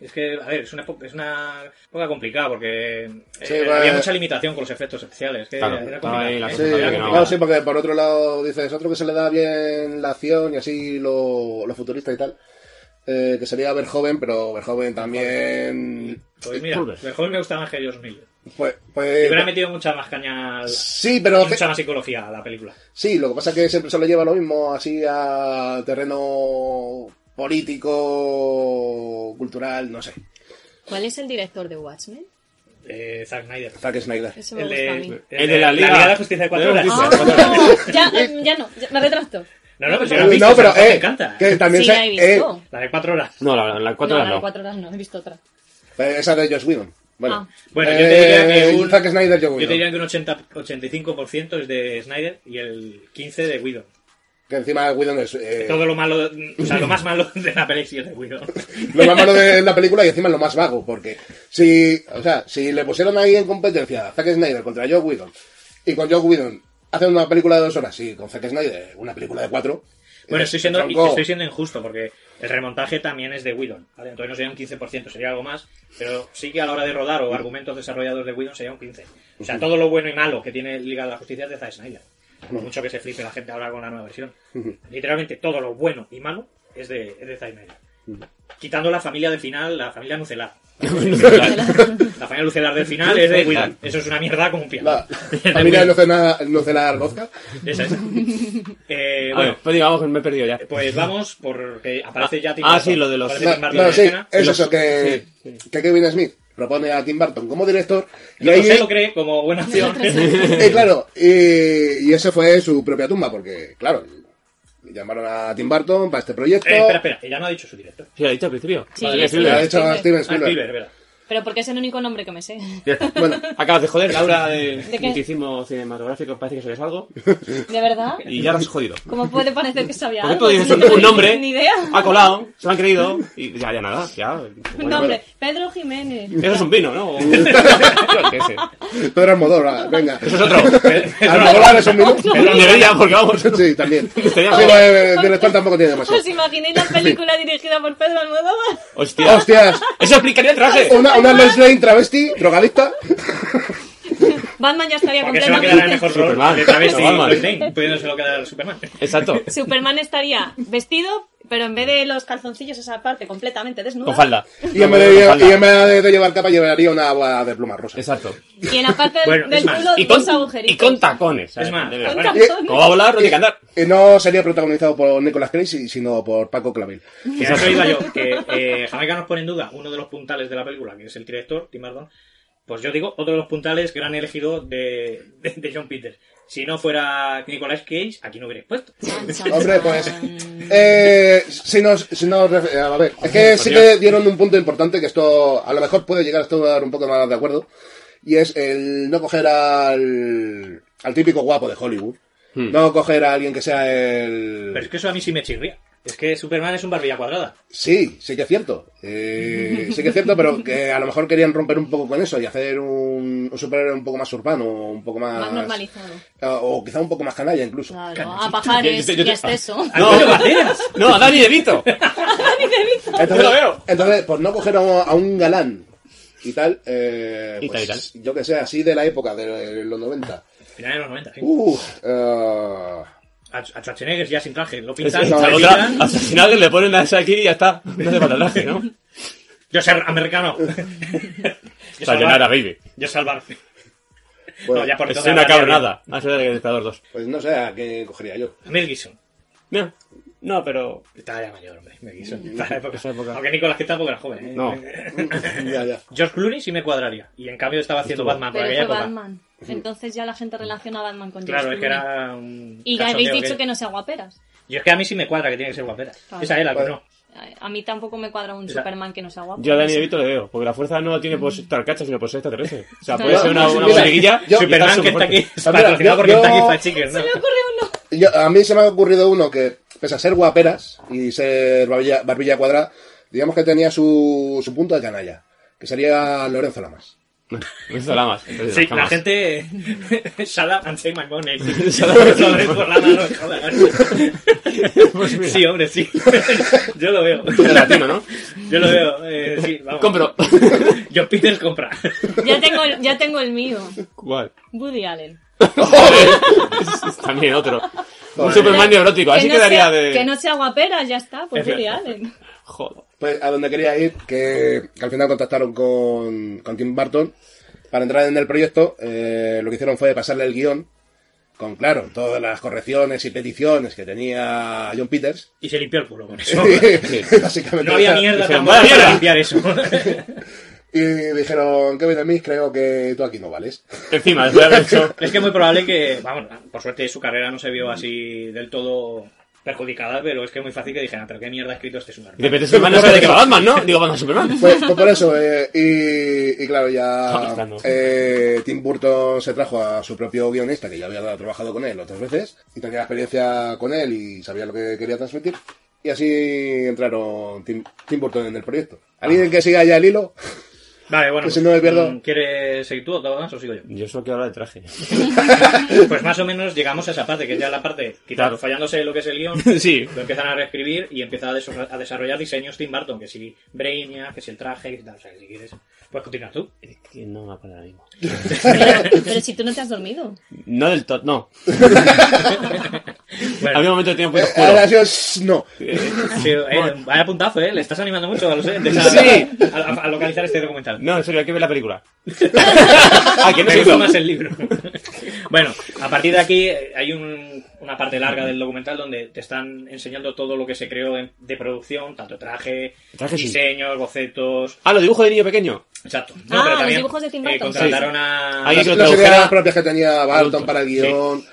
C: Es que, a ver, es una, epo- es una época complicada porque eh,
E: Sí, pues,
C: había
E: va-
C: mucha limitación con los efectos especiales. que
G: Claro,
C: era
G: estaba ahí la
C: complicado,
E: Sí,
C: ¿eh?
G: cosa
C: Era
G: que no-
C: complicado.
E: claro, sí, porque por otro lado dices, otro que se le da bien la acción y así lo, lo futurista y tal, eh, que sería Verjoven, pero Verjoven también...
C: Pues mira,
G: Joder.
C: mejor me gustaba más que George Miller.
E: Pues,
C: Le
E: pues-
C: hubiera metido mucha más caña, al-
E: sí, pero...
C: mucha más psicología a la película.
E: Sí, lo que pasa es que siempre se lo lleva lo mismo así a terreno político, cultural, no sé.
D: ¿Cuál es el director de Watchmen?
C: Eh, Zack Snyder.
E: Zack Snyder.
D: Eso me gusta a mí.
G: El de Ah, la Liga.
C: de la Justicia de Cuatro
G: De la
C: Horas.
G: Justicia.
D: Ah, ya, eh, ya no, ya- me retracto.
C: No, no, pero si
E: Eh,
C: la has visto,
E: no, pero
C: esa me
E: eh,
C: encanta.
E: que también
D: sí, "Oh".
E: se-
D: la he
E: eh,
D: visto.
C: La de Cuatro Horas.
G: No, la, la cuatro
D: no,
G: horas
D: la de
G: no.
D: cuatro horas no, he visto otra.
E: eh, esa de Josh Whedon. Bueno,
D: Ah.
C: Bueno, yo te diría que
E: Eh,
C: un-
E: Zack Snyder, Josh
C: Yo
E: Whedon.
C: te diría que un 80, 85% es de Snyder y el 15% de Widow.
E: Que encima Whedon es... eh,
C: Todo lo malo, o sea, lo más malo de la peli sí es de Widow.
E: lo más malo de la película y encima lo más vago, porque si, o sea, si le pusieron ahí en competencia a Zack Snyder contra Joe Whedon y con Joe Whedon hacen una película de dos horas y con Zack Snyder una película de cuatro.
C: Bueno,
E: eh,
C: estoy siendo,
E: tronco.
C: estoy siendo injusto porque el remontaje también es de Whedon, ¿vale? Entonces no sería un 15%, sería algo más, pero sí que a la hora de rodar o argumentos desarrollados de Whedon sería un 15%. O sea, todo lo bueno y malo que tiene Liga de la Justicia es de Zack Snyder. Por mucho que se flipe la gente ahora con la nueva versión. Literalmente todo lo bueno y malo es de, es de Zack Snyder. Quitando la familia del final, la familia nucelar. La familia nucelar del final es de Whedon. Eso es una mierda como un piano.
E: La
C: Es de
E: familia
C: Whedon.
E: no cena, no cena rozca.
C: Esa, esa. Eh,
G: A
C: bueno,
G: ver, pues digamos que me he perdido ya.
C: pues vamos, porque aparece ya Tim
G: Ah,
C: Burton.
G: sí, lo de los-
C: Aparece
E: No,
C: Tim Burton
E: no,
C: en la
E: sí,
C: escena.
E: es
G: Los-
E: eso, que, que Kevin Smith propone a Tim Burton como director y
C: No
E: ahí...
C: se lo cree como buena acción.
E: Eh, claro, y, y eso fue su propia tumba, porque, claro, llamaron a Tim Burton para este proyecto.
C: Eh, espera, espera, ella no ha dicho su director.
G: Sí, lo he dicho al principio.
D: Sí,
G: Vale,
D: sí,
E: Le ha
G: Spielberg.
E: hecho a Steven
C: Ah,
E: Spielberg.
C: Spielberg, verdad.
D: Pero porque es el único nombre que me sé.
E: Bueno,
G: Acabas de joder, Laura, de
D: qué?
G: criticismo cinematográfico, parece que sabes algo.
D: ¿De verdad?
G: Y ya lo has jodido.
D: ¿Cómo puede parecer que sabía
G: Porque
D: algo?
G: tú dices
D: Si no
G: un
D: tenía
G: nombre,
D: Ni idea.
G: ha colado, se lo han creído, y ya, ya nada, ya.
D: Un
G: bueno,
D: nombre, Pedro Jiménez.
G: Eso es un vino, ¿no? O- Yo qué sé.
E: Pedro Almodóvar, venga.
G: Eso es otro.
E: Almodóvar es un minuto.
G: Debería, porque vamos.
E: Sí, también. Sí,
G: Sería
E: no,
G: como-
E: eh, el director tampoco tiene demasiado.
D: ¿Os imagináis la película dirigida por Pedro Almodóvar?
G: Hostia.
E: ¡Hostias!
G: Eso explicaría el traje.
E: Una, una Lois Lane travesti, drogadicta.
D: Batman ya estaría
C: Porque se va a quedar el
D: completamente...
C: mejor rol
G: Superman.
C: de travesti
G: Superman.
C: Lois Lane, pudiéndoselo quedar Superman.
G: Exacto.
D: Superman estaría vestido, pero en vez de los calzoncillos esa parte completamente desnudo.
G: Con falda.
E: Y en vez de, y en vez de llevar capa, llevaría una agua de pluma rosa.
G: Exacto.
D: Y en la parte del-
C: Bueno,
D: del
C: es más,
D: culo
G: Y con,
D: dos agujeritos.
G: y con tacones. ¿sabes?
C: Es más,
G: De verdad.
D: Con
C: Bueno, eh,
D: calzones.
G: Como va a volar, no tiene que andar.
E: Y Eh, no sería protagonizado por Nicolas Cage, si- sino por Paco Clavel.
C: Que a eso iba yo, que eh, Jamaica nos pone en duda uno de los puntales de la película, que es el director, Tim Burton. Pues yo digo, otro de los puntales, gran elegido de, de, de John Peters. Si no fuera Nicolas Cage, aquí no hubierais puesto.
D: Chan, chan,
E: Hombre,
D: chan.
E: pues. Eh, si nos, si nos ref- a ver, es que sí que dieron un punto importante que esto a lo mejor puede llegar a estar un poco más de acuerdo. Y es el no coger al, al típico guapo de Hollywood. No coger a alguien que sea el.
C: Pero es que eso a mí sí me chirría. Es que Superman es un barbilla cuadrada.
E: Sí, sí que es cierto. Eh, sí que es cierto, pero que a lo mejor querían romper un poco con eso y hacer un, un superhéroe un poco más urbano, un poco más.
D: Más normalizado. Ah,
E: O, o quizá un poco más canalla incluso.
D: Claro, a pajares
G: Yo- yo- yo-
D: y a exceso.
G: No, no, a Dani De Vito.
C: Ah,
E: Entonces,
G: Yo lo veo.
E: entonces, por no coger a, a un galán y tal, eh,
G: Y
E: pues,
G: tal, y
E: yo que sé, así de la época, de los 90.
C: Finales de los 90, sí.
E: Uh, eh,
C: a Schwarzenegger ya sin traje, lo
G: Es-
C: pintan.
G: es
C: lo
G: la otra,
C: pintan.
G: hasta el final que le ponen a esa aquí y ya está. No hace falta traje, ¿no?
C: Yo ser americano. yo
G: Sayonara, baby.
C: Yo salvar.
E: Bueno,
C: no, ya por
G: Es
C: entonces
G: una
C: hablaría bien.
G: cabronada. Más allá de que Dictador 2.
E: Pues no sé a qué cogería yo.
C: Mel Gibson.
G: Mira. No, pero.
C: Estaba ya mayor, hombre. Mel Gibson. Estaba en la época.
G: Esa época.
C: Aunque Nicolas Cage tampoco era joven. ¿eh?
G: No.
E: ya, ya.
C: George Clooney sí me cuadraría. Y en cambio estaba haciendo Batman por
D: Pero
C: aquella
D: fue
C: época.
D: Batman. Entonces ya la gente relaciona a Batman con
C: pues, Claro,
D: George
C: es que
D: Clooney.
C: era un
D: Y ya habéis
C: cachondeo
D: dicho
C: aquello.
D: que no sea guaperas.
C: Yo es que a mí sí me cuadra que tiene que ser guapera.
D: Claro.
C: Esa era,
E: Vale.
C: no.
D: A mí tampoco me cuadra un
C: Esa-
D: Superman que no sea guapo.
G: Yo a Danny
D: No sé.
G: DeVito le veo, porque la fuerza no tiene por ser carcacha, sino por ser extraterrestre. O sea, puede
E: Bueno,
G: ser una, una
E: mira,
G: bodeguilla.
E: yo-
G: y estar
C: Superman que
G: superfuerte.
C: está aquí es
E: Ah, mira,
C: patrocinado por
E: yo-
C: Kentucky
E: yo-
C: Fried Chicken, ¿no?
D: Se me ocurre uno.
E: Yo- a mí se me ha ocurrido uno que, pese a ser guaperas y ser barbilla, barbilla cuadrada, digamos que tenía su, su punto de canalla, que sería Lorenzo Lamas.
G: Me hizo lamas. entonces,
C: Sí, la
G: jamás.
C: gente... Shut up and say my money.
G: Shut up and say my
E: Pues
C: Sí, hombre, sí. Yo lo veo.
G: Es latino, ¿no?
C: Yo lo veo. eh, sí, vamos.
G: Compro.
C: John Peters compra.
D: Ya tengo, el- ya tengo el mío.
G: ¿Cuál?
D: Woody Allen.
G: Es- es también otro. Un Superman neurótico, así
D: no
G: quedaría
D: sea-
G: de.
D: Que no sea guaperas, ya está. Pues
G: Es
D: Woody
G: verdad.
D: Allen.
G: Joder.
E: Pues a donde quería ir, que, que al final contactaron con, con Tim Burton para entrar en el proyecto. eh, lo que hicieron fue pasarle el guión con, claro, todas las correcciones y peticiones que tenía John Peters.
C: Y se limpió el culo con eso.
E: Básicamente.
C: No había mierda
G: Dijeron,
C: tan buena
G: "Vaya
C: para
G: mierda".
C: limpiar eso.
E: Y dijeron, Kevin Smith, creo que tú aquí no vales.
G: Encima, después de haber hecho.
C: Es que es muy probable que, vamos, por suerte su carrera no se vio así del todo perjudicada, pero es que es muy fácil que dijeran, pero qué mierda ha escrito este
G: Y
C: Superman.
G: de repente Superman no sabe que va Batman, ¿no? Digo, Batman Superman.
E: Pues, pues por eso, eh, y, y claro, ya
G: Ah, Está gustando.
E: eh, Tim Burton se trajo a su propio guionista, que ya había trabajado con él otras veces, y tenía experiencia con él y sabía lo que quería transmitir. Y así entraron Tim, Tim Burton en el proyecto.
G: Ah.
E: ¿Alguien que siga ya el hilo?
C: Vale, bueno.
E: Pues si no me pierdo.
C: mm, ¿Quieres seguir tú, Octavo Gas, o sigo yo?
G: Yo solo quiero hablar de traje.
C: Pues más o menos llegamos a esa parte, que es ya la parte, quizás
G: Claro.
C: fallándose lo que es el guión,
G: Sí.
C: lo empiezan a reescribir y empieza a, deso- a desarrollar diseños Tim Burton, que si Brainiac, que si el traje, que tal, o sea, que si quieres, puedes continuar tú.
G: Es que no me acuerdo ahora mismo.
D: Pero, pero si tú no te has dormido.
G: No del todo, no.
C: Bueno,
G: Había un momento que tenía
C: Eh,
G: un puto
E: Ahora
G: oscuro.
E: sí os- no.
C: sí, eh, vaya puntazo, ¿eh? Le estás animando mucho a los entes a,
G: Sí.
C: a- a localizar este documental.
G: No, en serio, hay que ver la película. ah, que no
C: Me
G: se
C: gusta
G: hizo.
C: más el libro. bueno, a partir de aquí eh, hay un- una parte larga del documental donde te están enseñando todo lo que se creó en- de producción, tanto traje,
G: Traje sí.
C: diseños, bocetos,
G: Ah, los dibujos de niño pequeño.
C: Exacto.
D: Ah, los dibujos de Tim Burton.
C: eh, contrataron
G: Sí.
C: a...
G: Ahí
E: Las,
G: se lo
E: las ideas
G: tradujera-
E: propias que tenía Burton para el
C: Sí.
E: guión.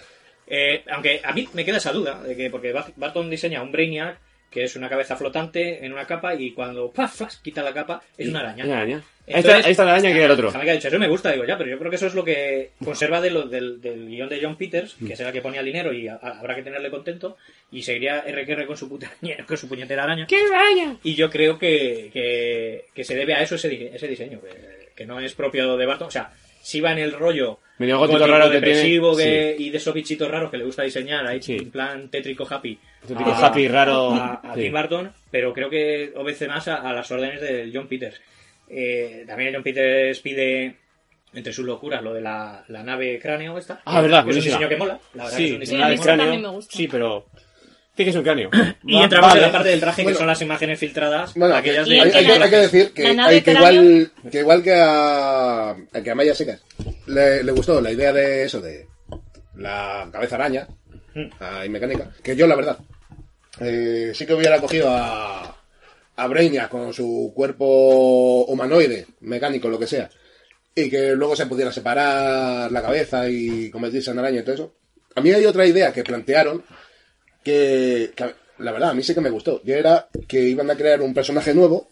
C: eh, aunque a mí me queda esa duda, de que porque Bat- Barton diseña un Brainiac que es una cabeza flotante en una capa y cuando ¡paf! flash, quita la capa es una araña.
G: Una araña. Ahí
C: Entonces-
G: está, ahí está la araña que era el otro.
C: Jamás que ha dicho, eso me gusta, digo ya, pero yo creo que eso es lo que conserva de lo- del, del guión de John Peters, que será el que ponía el dinero y a- habrá que tenerle contento, y seguiría RQR con su, puta, araña- con su puñetera araña. ¡Qué araña! Y yo creo que, que, que se debe a eso ese, di- ese diseño, que, que no es propio de Barton, o sea, si va en el rollo
G: Medio gótico
C: gótico
G: raro que
C: depresivo
G: tiene,
C: que- y de esos bichitos raros que le gusta diseñar, ahí
G: Sí.
C: en plan tétrico happy.
G: Típico
C: a-
G: happy raro.
C: a, a
G: Sí.
C: Tim Burton, pero creo que obedece más a, a las órdenes de John Peters. Eh, también John Peters pide entre sus locuras lo de la, la nave cráneo esta.
G: Ah, verdad,
C: que es un
G: buenísima.
C: diseño que mola. La verdad que es
G: Sí,
C: un
D: Sí,
C: diseño
D: a
G: el
D: mí
C: que
D: eso
C: mola.
D: también me gusta.
G: Sí, pero. Sí, que es un cráneo.
C: Y
G: Va-
C: entramos en
G: vale.
C: la parte del traje
E: Bueno.
C: que son las imágenes filtradas.
E: Bueno, hay,
C: aquellas de-
E: hay- hay que- hay que decir que,
D: La nave
E: hay que
D: cráneo.
E: igual que igual que a, a que a Maya Secas le, le gustó la idea de eso de la cabeza araña ah, y mecánica, que yo la verdad eh, sí que hubiera cogido a a Breña con su cuerpo humanoide, mecánico, lo que sea, y que luego se pudiera separar la cabeza y convertirse en araña y todo eso. A mí hay otra idea que plantearon que, que, la verdad a mí sí que me gustó. Y era que iban a crear un personaje nuevo,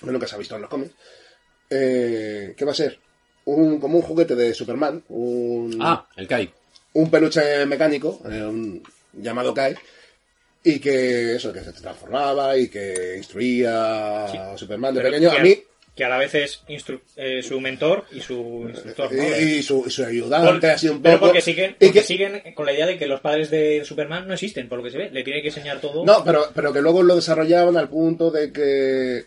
E: bueno, que se ha visto en los cómics, eh, que va a ser un, como un juguete de Superman, un,
G: Ah, el Kai.
E: un peluche mecánico, eh, un- llamado Kai, y que eso, que se transformaba y que instruía a Superman de
C: pero
E: pequeño.
C: que
E: A mí,
C: Que a la vez es instru- eh, su mentor y su instructor. ¿no? Eh,
E: y, y su, y su
C: Por-
E: ayudante, así un
C: pero
E: poco.
C: porque, siguen,
E: y
C: porque
E: que-
C: siguen con la idea de que los padres de Superman no existen, por lo que se ve. Le tiene que enseñar todo.
E: No, pero, pero que luego lo desarrollaban al punto de que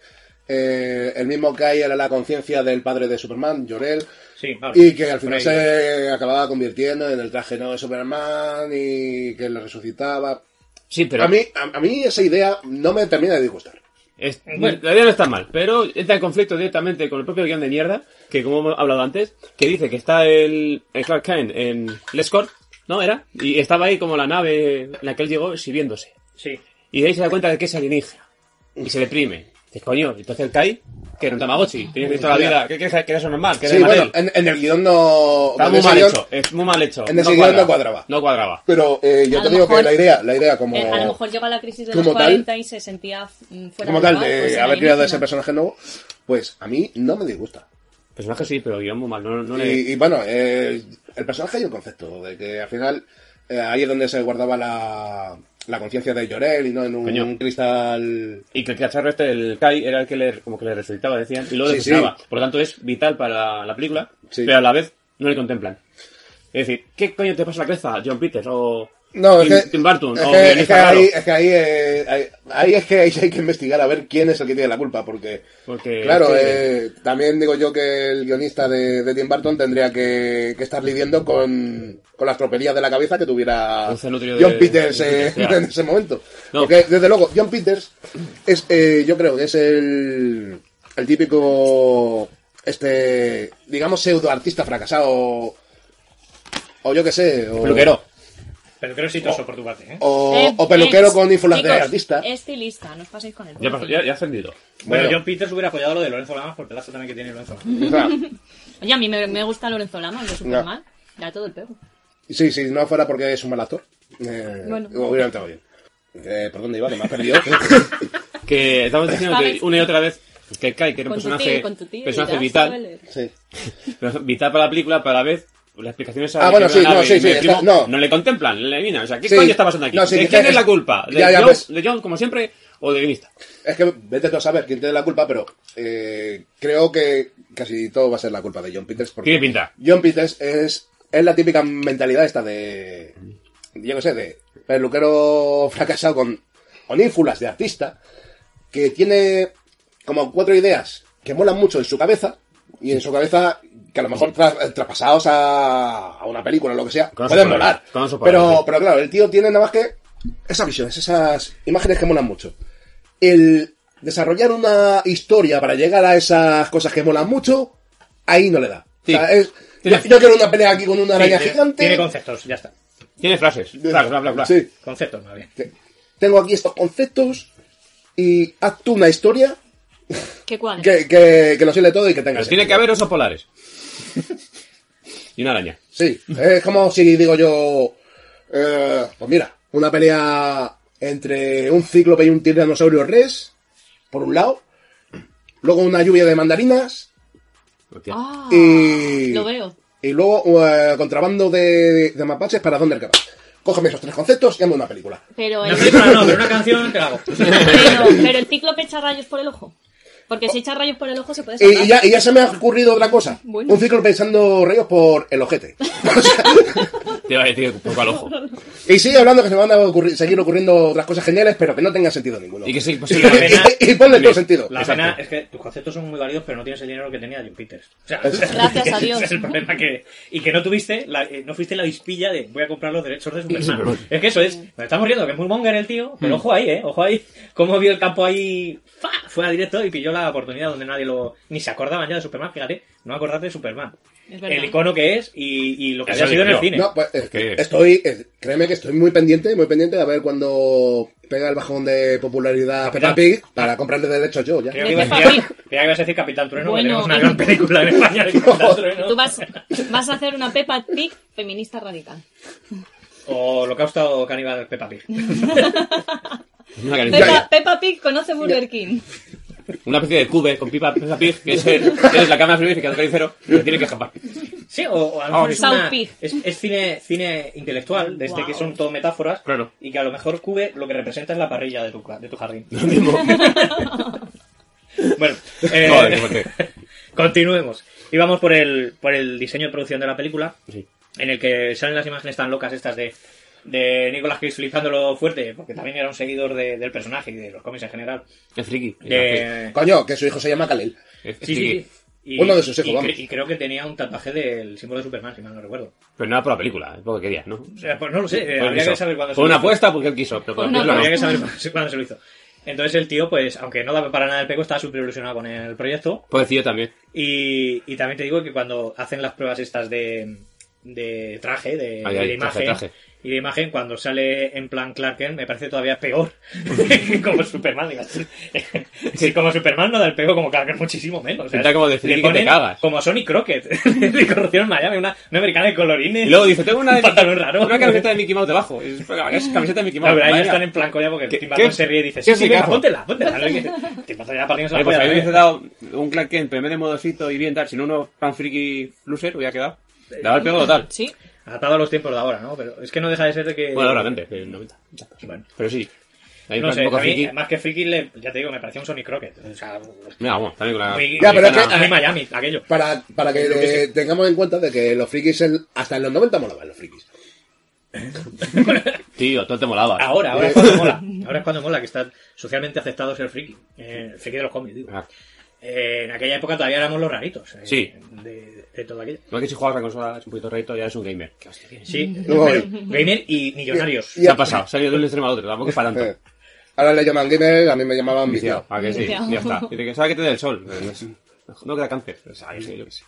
E: eh, el mismo Kai era la conciencia del padre de Superman, Jorel,
C: Sí, vale.
E: Y que al final
C: Por ahí.
E: se acababa convirtiendo en el traje no de Superman y que le resucitaba.
G: Sí, pero
E: A, mí, a, a mí esa idea no me termina de disgustar.
G: es-
C: Bueno.
G: la idea no está mal, pero entra en conflicto directamente con el propio guión de mierda, que como hemos hablado antes, que dice que está el, el Clark Kent en Lescort, ¿no? Era, y estaba ahí como la nave en la que él llegó exhibiéndose.
C: Sí.
G: Y de ahí se da cuenta de que es alienígena. Y se deprime. Dice, coño, entonces el Kai, que era un Tamagotchi, tienes que ir toda la vida, que quieres que eso normal, que eres
E: Sí,
G: Mattel.
E: bueno, en, en el guión no...
G: Está
E: en
G: muy
E: ese
G: mal
E: guión-
G: hecho, es muy mal hecho.
E: en ese guión no cuadraba.
G: No cuadraba.
E: Pero eh, yo
D: A
E: te
D: lo
E: digo que
D: mejor-
E: la idea, la idea como...
D: Eh, a lo mejor llega la crisis de los
E: como tal-
D: 40 y se sentía mm, fuera
E: como
D: de
E: tal,
D: lugar,
E: de
D: pues,
E: haber creado ese
D: alienígena.
E: personaje nuevo, pues a mí no me disgusta.
G: Personaje sí, pero guión muy mal, no, no le...
E: Y, y bueno, eh, el personaje y el concepto, de que al final eh, ahí es donde se guardaba la, la conciencia de Llorel y no en un
G: Coño.
E: cristal...
G: Y que el cacharro este, el Kai, era el que le, como que le resucitaba, decían, y luego le
E: Sí, sí.
G: resucitaba. Por lo tanto, es vital para la, la película,
E: Sí.
G: pero a la vez no le contemplan. Es decir, ¿qué coño te pasa la cabeza, John Peters o
E: No, es
G: Tim,
E: que,
G: Tim Burton?
E: es
G: o
E: que, es que
G: guionista raro?
E: ahí, es que ahí, eh, ahí- ahí es que hay, hay que investigar a ver quién es el que tiene la culpa, porque,
G: Porque-
E: claro,
G: sí.
E: eh, también digo yo que el guionista de, de Tim Burton tendría que, que estar lidiando con, con las tropelías de la cabeza que tuviera
G: Un celotrio
E: John
G: de-
E: Peters
G: de-
E: eh,
G: ya.
E: en ese momento.
G: No.
E: Porque, desde luego, John Peters es, eh, yo creo que es el, el típico, este, digamos, pseudo artista fracasado, o yo qué sé, o...
G: Peluquero.
C: Pero creo exitoso
E: Oh.
C: por tu parte, ¿eh?
E: O,
D: Eh,
E: o peluquero
D: ex-
E: con ínfulas de
D: chicos, eh,
E: artista.
D: Estilista, no os paséis con él.
G: Ya, pasó- ya, ya has ofendido.
C: Bueno,
E: Bueno.
C: John Peters hubiera apoyado lo de Lorenzo Lamas por el pelazo también que tiene Lorenzo Lamas.
D: Oye, a mí me, me gusta Lorenzo Lama, el de Superman. Ya todo el pego.
E: Sí, si no fuera porque es un mal actor. Eh,
D: Bueno.
E: Hubiera entrado bien. Eh, ¿Por dónde iba? Que me has perdido.
G: Que estamos diciendo que
D: ¿Sabes?
G: una y otra vez que el Kai, que era un
D: Con tu
G: personaje,
D: tío, con tu tío. y
G: personaje
D: ya,
G: vital,
D: spoiler.
E: sí.
G: pero vital para la película, pero a la vez las explicaciones a
E: Ah, bueno, sí, no, sí, sí, está-
G: no.
E: no.
G: le contemplan, le eliminan. O sea, ¿qué
E: Sí.
G: coño está pasando aquí?
E: No, sí,
G: ¿De
E: que-
G: quién es
E: es-
G: la culpa? ¿De,
E: ya, ya,
G: John,
E: pues.
G: ¿De John, como siempre, o de guionista?
E: Es que vete tú a saber quién tiene la culpa, pero eh, creo que casi todo va a ser la culpa de John Peters. Porque
G: Tiene pinta.
E: John Peters es, es la típica mentalidad esta de. Yo qué sé, de peluquero fracasado con, con ínfulas de artista, que tiene como cuatro ideas que molan mucho en su cabeza, y en su cabeza, que a lo mejor tra- traspasados a, a una película o lo que sea,
G: Con
E: pueden
G: su
E: molar.
G: poder, con su poder, sí.
E: Pero, pero claro, el tío tiene nada más que esas visiones, esas imágenes que molan mucho. El desarrollar una historia para llegar a esas cosas que molan mucho, ahí no le da.
G: Sí.
E: O sea, es- yo,
G: Tiene-
E: yo quiero una pelea aquí con
C: Sí,
E: una araña
C: tiene-
E: gigante.
C: Tiene conceptos, ya está.
G: Tiene frases. Frases, bla, bla, bla.
E: Sí.
C: Conceptos, más bien.
E: Tengo aquí estos conceptos y haz tú una historia
D: ¿Qué cuál?
E: que, que, que lo sirve todo y que tenga
G: Pero tiene
E: sentido.
G: que haber osos polares. y una araña.
E: Sí, es como si digo yo, eh, pues mira, una pelea entre un cíclope y un tiranosaurio res, por un lado, luego una lluvia de mandarinas
G: Hostia.
D: Ah,
E: Y-
D: Lo veo.
E: y luego eh, contrabando de, de mapaches para Thundercat. Cógeme esos tres conceptos y hazme una película.
D: Pero
C: Una
D: el,
C: película no, pero una canción te la hago.
D: pero, pero el cíclope echa rayos por el ojo. Porque si echa rayos por el ojo se puede
E: Y,
D: salvar.
E: y Eh, ya, y ya se me ha ocurrido otra cosa.
D: Bueno.
E: Un cíclope pensando reyos por el ojete.
G: Te iba a decir poco al ojo.
E: y sigue hablando que se van a ocurrir- seguir ocurriendo otras cosas geniales, pero que no tengan sentido ninguno.
G: Y que sí, pues
E: Y-
G: sí,
E: y-
G: la pena.
E: y- y ponle todo sentido.
C: La
G: Exacto.
C: pena es que tus conceptos son muy válidos, pero no tienes el dinero que tenía John Peters. O sea,
D: Gracias a Dios.
C: ese es el problema que. Y que no tuviste, la- eh, no fuiste la dispilla de voy a comprar los derechos de Superman. es que eso es. Nos estamos riendo, que es muy monger el tío,
G: Mm.
C: pero ojo ahí, eh. Ojo ahí. Cómo vio el campo ahí. ¡fa! Fue a directo y pilló la oportunidad donde nadie lo. Ni se acordaban ya de Superman, fíjate. No acordarte de Superman.
D: Es verdad.
C: El icono que es y, y lo que
G: Eso
C: había sido en el
G: digo yo.
C: cine.
E: No, pues, eh,
G: que-
E: estoy, eh, créeme que estoy muy pendiente, muy pendiente de a ver cuando pega el bajón de popularidad a Peppa Pig para comprarle derechos yo ya.
C: Creo
D: De
C: que, ibas,
D: Peppa
C: creía-
D: Pig.
C: creía que ibas a decir Capitán Trueno,
D: Bueno,
C: que tenemos una
D: y-
C: gran película en España de Capitán Trueno.
D: Tú vas, vas a hacer una Peppa Pig feminista radical.
C: O Holocausto Caníbal Peppa Pig.
G: Una, caricia-
D: Peppa, Peppa Pig conoce Burger King.
G: una especie de cube con pipa, Peppa Pig, que es, el- que es la cámara frigorífica del carnicero, que tiene que escapar.
C: Sí, o, o a lo mejor
G: Ah,
C: es,
D: South
C: una-
D: Pig.
C: es, es cine, cine intelectual, desde
D: Wow.
C: que son todo metáforas,
G: Claro.
C: y que a lo mejor Cube lo que representa es la parrilla de tu, cla- de tu jardín. bueno, eh,
G: Joder, qué fuerte.
C: continuemos. Y vamos por el, por el diseño y producción de la película,
G: Sí.
C: en el que salen las imágenes tan locas estas de, de Nicolas Cage flizándolo fuerte, porque también era un seguidor de- del personaje y de los cómics en general.
G: Es friki.
C: De,
E: Coño, que su hijo se llama Kalel.
G: Es
C: Eh. Sí,
G: friki.
C: sí, Y,
E: Uno de sus hijos,
C: y,
E: vamos.
C: cre- y creo que tenía un tatuaje del símbolo de Superman, si mal no recuerdo.
G: Pero nada por la película, es lo que querías, ¿no?
C: O sea, pues no lo sé, eh,
G: Fue
C: habría que
G: quiso.
C: saber cuándo se
G: Fue una
C: lo hizo.
G: apuesta porque él quiso, pero por la
D: Fue una
G: película no.
C: Habría que saber cuándo se- cuándo se lo hizo. Entonces el tío, pues, aunque no daba para nada el pego, estaba súper ilusionado con el proyecto.
G: Pobrecillo también.
C: Y, y también te digo que cuando hacen las pruebas estas de, de traje, de,
G: Ay, ay,
C: y de
G: traje,
C: imagen,
G: traje.
C: y de imagen, cuando sale en plan Clark Kent, me parece todavía peor. como Superman, digo. Si como Superman no da el pego, como Clark Kent muchísimo menos. O sea,
G: Está como decir
C: le
G: que te
C: ponen
G: cagas.
C: Como Sonic Crockett, de Corrupción en Miami, una, una americana de colorines.
G: Y luego dice, tengo una,
C: un pantalón raro.
G: una camiseta de Mickey Mouse debajo. Y dice, Es camiseta de Mickey
C: No,
G: Mouse.
C: pero ahí
G: Vaya.
C: están en plan coña porque
G: ¿Qué-
C: Tim Burton
G: qué-
C: se ríe y dice,
G: qué
C: sí, sí, venga,
G: hocicazo?
C: póntela, póntela. ¿no? Y que Tim Burton ya partiéndose la
G: Oye, pues
C: polla,
G: ahí me hubiese
C: ¿no?
G: dado un Clark Kent, pero en vez de modosito y bien tal, sino uno pan friki loser, hubiera quedado. Daba el pego total.
D: Sí.
C: Atado a los tiempos de ahora, ¿no? Pero es que no deja de ser de que...
G: Bueno, ahora vente, del 90.
C: Bueno.
G: Pero sí. Ahí
C: No
G: un
C: sé,
G: poco
C: a mí,
G: friki.
C: más que friki, le- ya te digo, me parecía un Sonic Crockett. O sea,
G: Mira, vamos, también con la.
C: muy,
E: Ya, pero es
G: americana.
C: muy
E: que-
C: Miami, aquello.
E: Para, para que,
C: Lo que
E: eh, tengamos en cuenta de que los frikis, en- hasta en los 90 molaban los frikis.
G: Tío, tú te molabas.
C: Ahora, ahora es cuando mola. Ahora es cuando mola, que está socialmente aceptado ser friki. Eh, el friki de los cómics, digo.
G: Ah,
C: Eh, en aquella época todavía éramos los raritos. eh,
G: Sí.
C: De, de todo aquello.
G: Igual que si juegas a la consola es un poquito reto, ya es un gamer. ¿Qué hostia tienes?
C: Sí.
E: Luego,
C: pero gamer y millonarios.
E: Y-
G: Se ha pasado, se ha ido de un extremo al otro, tampoco es para
E: Eh,
G: tanto.
E: Ahora le llaman gamer, a mí me llamaban viciado.
G: Viciado, ah, que sí,
D: Viciado.
G: ya está. Dice que sabe que te da el sol. Pero no es- No queda cáncer. O sea, yo sé, yo qué sé.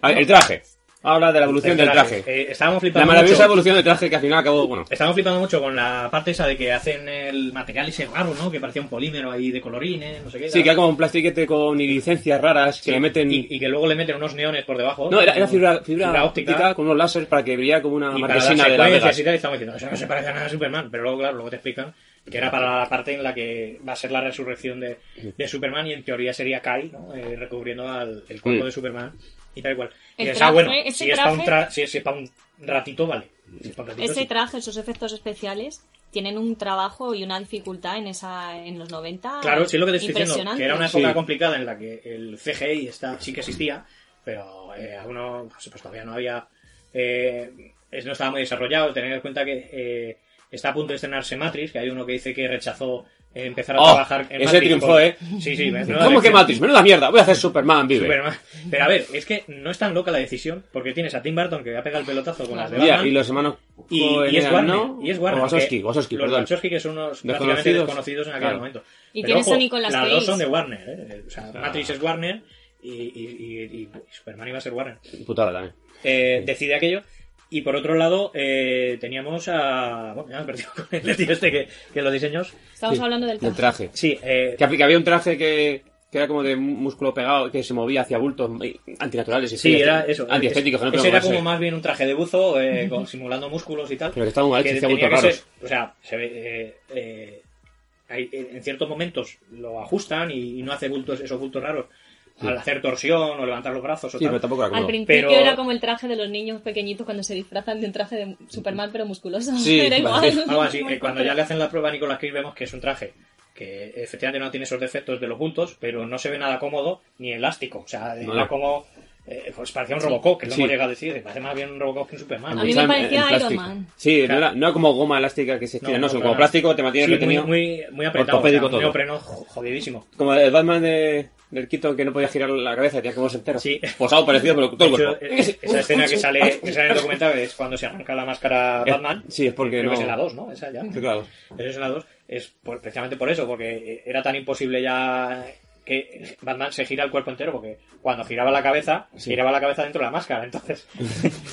G: A ver, el traje. Habla de la evolución del traje.
C: Eh, estábamos
G: La
C: flipando
G: maravillosa
C: mucho.
G: evolución del traje que al final acabó, bueno.
C: Estábamos flipando mucho con la parte esa de que hacen el material ese raro, ¿no? Que parecía un polímero ahí de colorines, no sé qué.
G: Sí,
C: tal.
G: que era como un plastiquete con irisencias raras que
C: Sí,
G: le meten.
C: y, y que luego le meten unos neones por debajo.
G: No, era, era fibra, fibra,
C: Fibra
G: óptica, con unos láseres para que brillara como una
C: y para las secuencias
G: marquesina de la Vegas.
C: y tal, y estamos diciendo, eso no se parece a nada a Superman, pero luego, claro, luego te explican que era para la parte en la que va a ser la resurrección de, de Superman y en teoría sería Kai, ¿no? Eh, recubriendo al, el cuerpo
G: Mm.
C: de Superman y tal y cual. Y
D: El
C: dices,
D: traje,
C: ah, bueno,
D: ese
C: si es, para un
D: traje-
C: tra- si, es, para un ratito, vale. Si es pa' un ratito,
D: Ese
C: sí.
D: traje, sus efectos especiales, tienen un trabajo y una dificultad en esa en los 90.
C: Claro, sí, lo que te estoy diciendo,
D: impresionante.
C: que era una época
G: Sí.
C: complicada en la que el CGI está, sí que existía, pero eh, aún no, pues, pues todavía no había, eh, es- no estaba muy desarrollado. Tener en cuenta que eh, está a punto de estrenarse Matrix, que hay uno que dice que rechazó eh, empezar a
G: Oh,
C: trabajar en
G: ese
C: Matrix
G: triunfó,
C: por-
G: ¿eh?
C: Sí, sí. me-
G: ¿Cómo que
C: me-
G: Matrix? Menuda mierda, voy a hacer Superman, vive.
C: Superman. Pero a ver, es que no es tan loca la decisión, porque tienes a Tim Burton que va a pegar el pelotazo con las de
G: Ya,
C: Batman.
G: y los hermanos.
C: Y, y es
G: Coenean,
C: Warner,
G: ¿no?
C: y es Warner.
G: O Wazowski,
C: que-
G: Wazowski,
C: los
G: perdón.
C: Wazowski, que son unos prácticamente
G: Desconocidos.
C: desconocidos en aquel
G: Claro.
C: momento.
D: Y
C: Pero
D: tienes
C: ojo,
D: a Nicolas
C: las dos
D: Cage.
C: son de Warner, ¿eh? O sea,
G: Ah.
C: Matrix es Warner y, y- y- y Superman iba a ser Warner.
G: Putada también.
C: Eh, decide aquello. Y por otro lado, eh, teníamos a... Bueno, ya me he perdido con el tío este que, que los diseños...
D: Estamos
G: Sí,
D: hablando del
G: Del
D: traje.
G: traje.
C: Sí, eh,
G: Que, que había un traje que, que era como de músculo pegado, que se movía hacia bultos eh, antinaturales. Y
C: Sí,
G: así,
C: era eso.
G: Antiestéticos, que no
C: Ese era
G: podían
C: como
G: moverse.
C: más bien un traje de buzo, eh, con- simulando músculos y tal.
G: Pero que estaba mal hecho, hacía
C: tenía
G: bultos
C: que ser- O sea, se ve, eh, eh, hay- en ciertos momentos lo ajustan y, y no hace bultos, esos bultos raros al hacer torsión o levantar los brazos o
G: Sí,
C: tal.
G: pero tampoco era
D: Al
G: como.
D: principio
C: Pero-
D: era como el traje de los niños pequeñitos cuando se disfrazan de un traje de Superman pero musculoso.
G: Sí,
D: era igual.
G: vale.
C: Algo así, eh, cuando ya le hacen la prueba a Nicolas Cage vemos que es un traje que efectivamente no tiene esos defectos de los bultos, pero no se ve nada cómodo ni elástico. O sea,
G: No.
C: era como... eh, pues parecía un Robocop, que lo
G: Sí.
C: hemos llegado a decir. Parece más bien un Robocop que un Superman.
D: A mí me parecía Iron Man.
G: eh, Sí,
C: Claro.
G: no, era, no era como goma elástica que se estira, no, sino
C: para
G: como
C: nada.
G: plástico, te mantienes
C: Sí,
G: retenido.
C: Muy, muy, muy apretado,
G: Ortopédico
C: o sea,
G: todo.
C: un neopreno jo- jodidísimo.
G: Como el Batman de, del Quito que no podía girar la cabeza, tenía que moverse entero.
C: Sí.
G: Pues algo parecido, pero con todo el
C: De hecho,
G: cuerpo.
C: eh, esa escena que sale, que sale en el documental es cuando se arranca la máscara Batman.
G: Sí, es porque
C: Creo
G: no.
C: que es en la 2, ¿no? Esa ya.
G: Sí, claro.
C: Pero es en la 2. Es por- precisamente por eso, porque eh, era tan imposible ya que Batman se gira el cuerpo entero, porque cuando giraba la cabeza, giraba la cabeza dentro de la máscara. Entonces,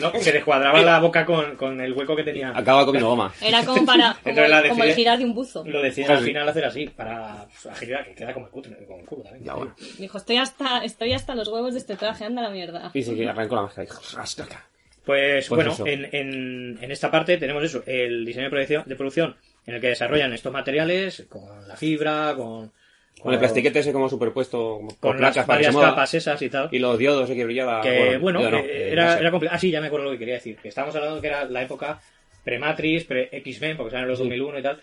C: no, se descuadraba la boca con, con el hueco que tenía.
G: Acaba comiendo goma.
D: Era como para como,
C: Entonces la
D: como el
C: decide-
D: girar de un buzo.
C: Lo deciden
G: Casi.
C: al final hacer así, para pues, agilidad, que queda como el culo, como el culo también.
G: Ya, bueno.
D: Dijo, estoy hasta, estoy hasta los huevos de este traje, anda a la mierda.
G: Dice que arrancó la máscara. y dijo, "Rascaca". Pues
C: Pues, bueno,
G: eso.
C: en, en, en esta parte tenemos eso, el diseño de producción, de producción en el que desarrollan estos materiales con la fibra, con,
G: Con el plastiquete ese como superpuesto, como
C: con
G: con
C: las
G: placas para que se
C: varias
G: mueva.
C: capas esas y tal.
G: Y los diodos ese que brillaba.
C: que bueno,
G: diodo no,
C: eh,
G: eh,
C: era,
G: láser.
C: era complicado. Ah, sí, ya me acuerdo lo que quería decir. Que estábamos hablando que era la época pre-Matrix, pre-X-Men, porque eran los 2001 y tal,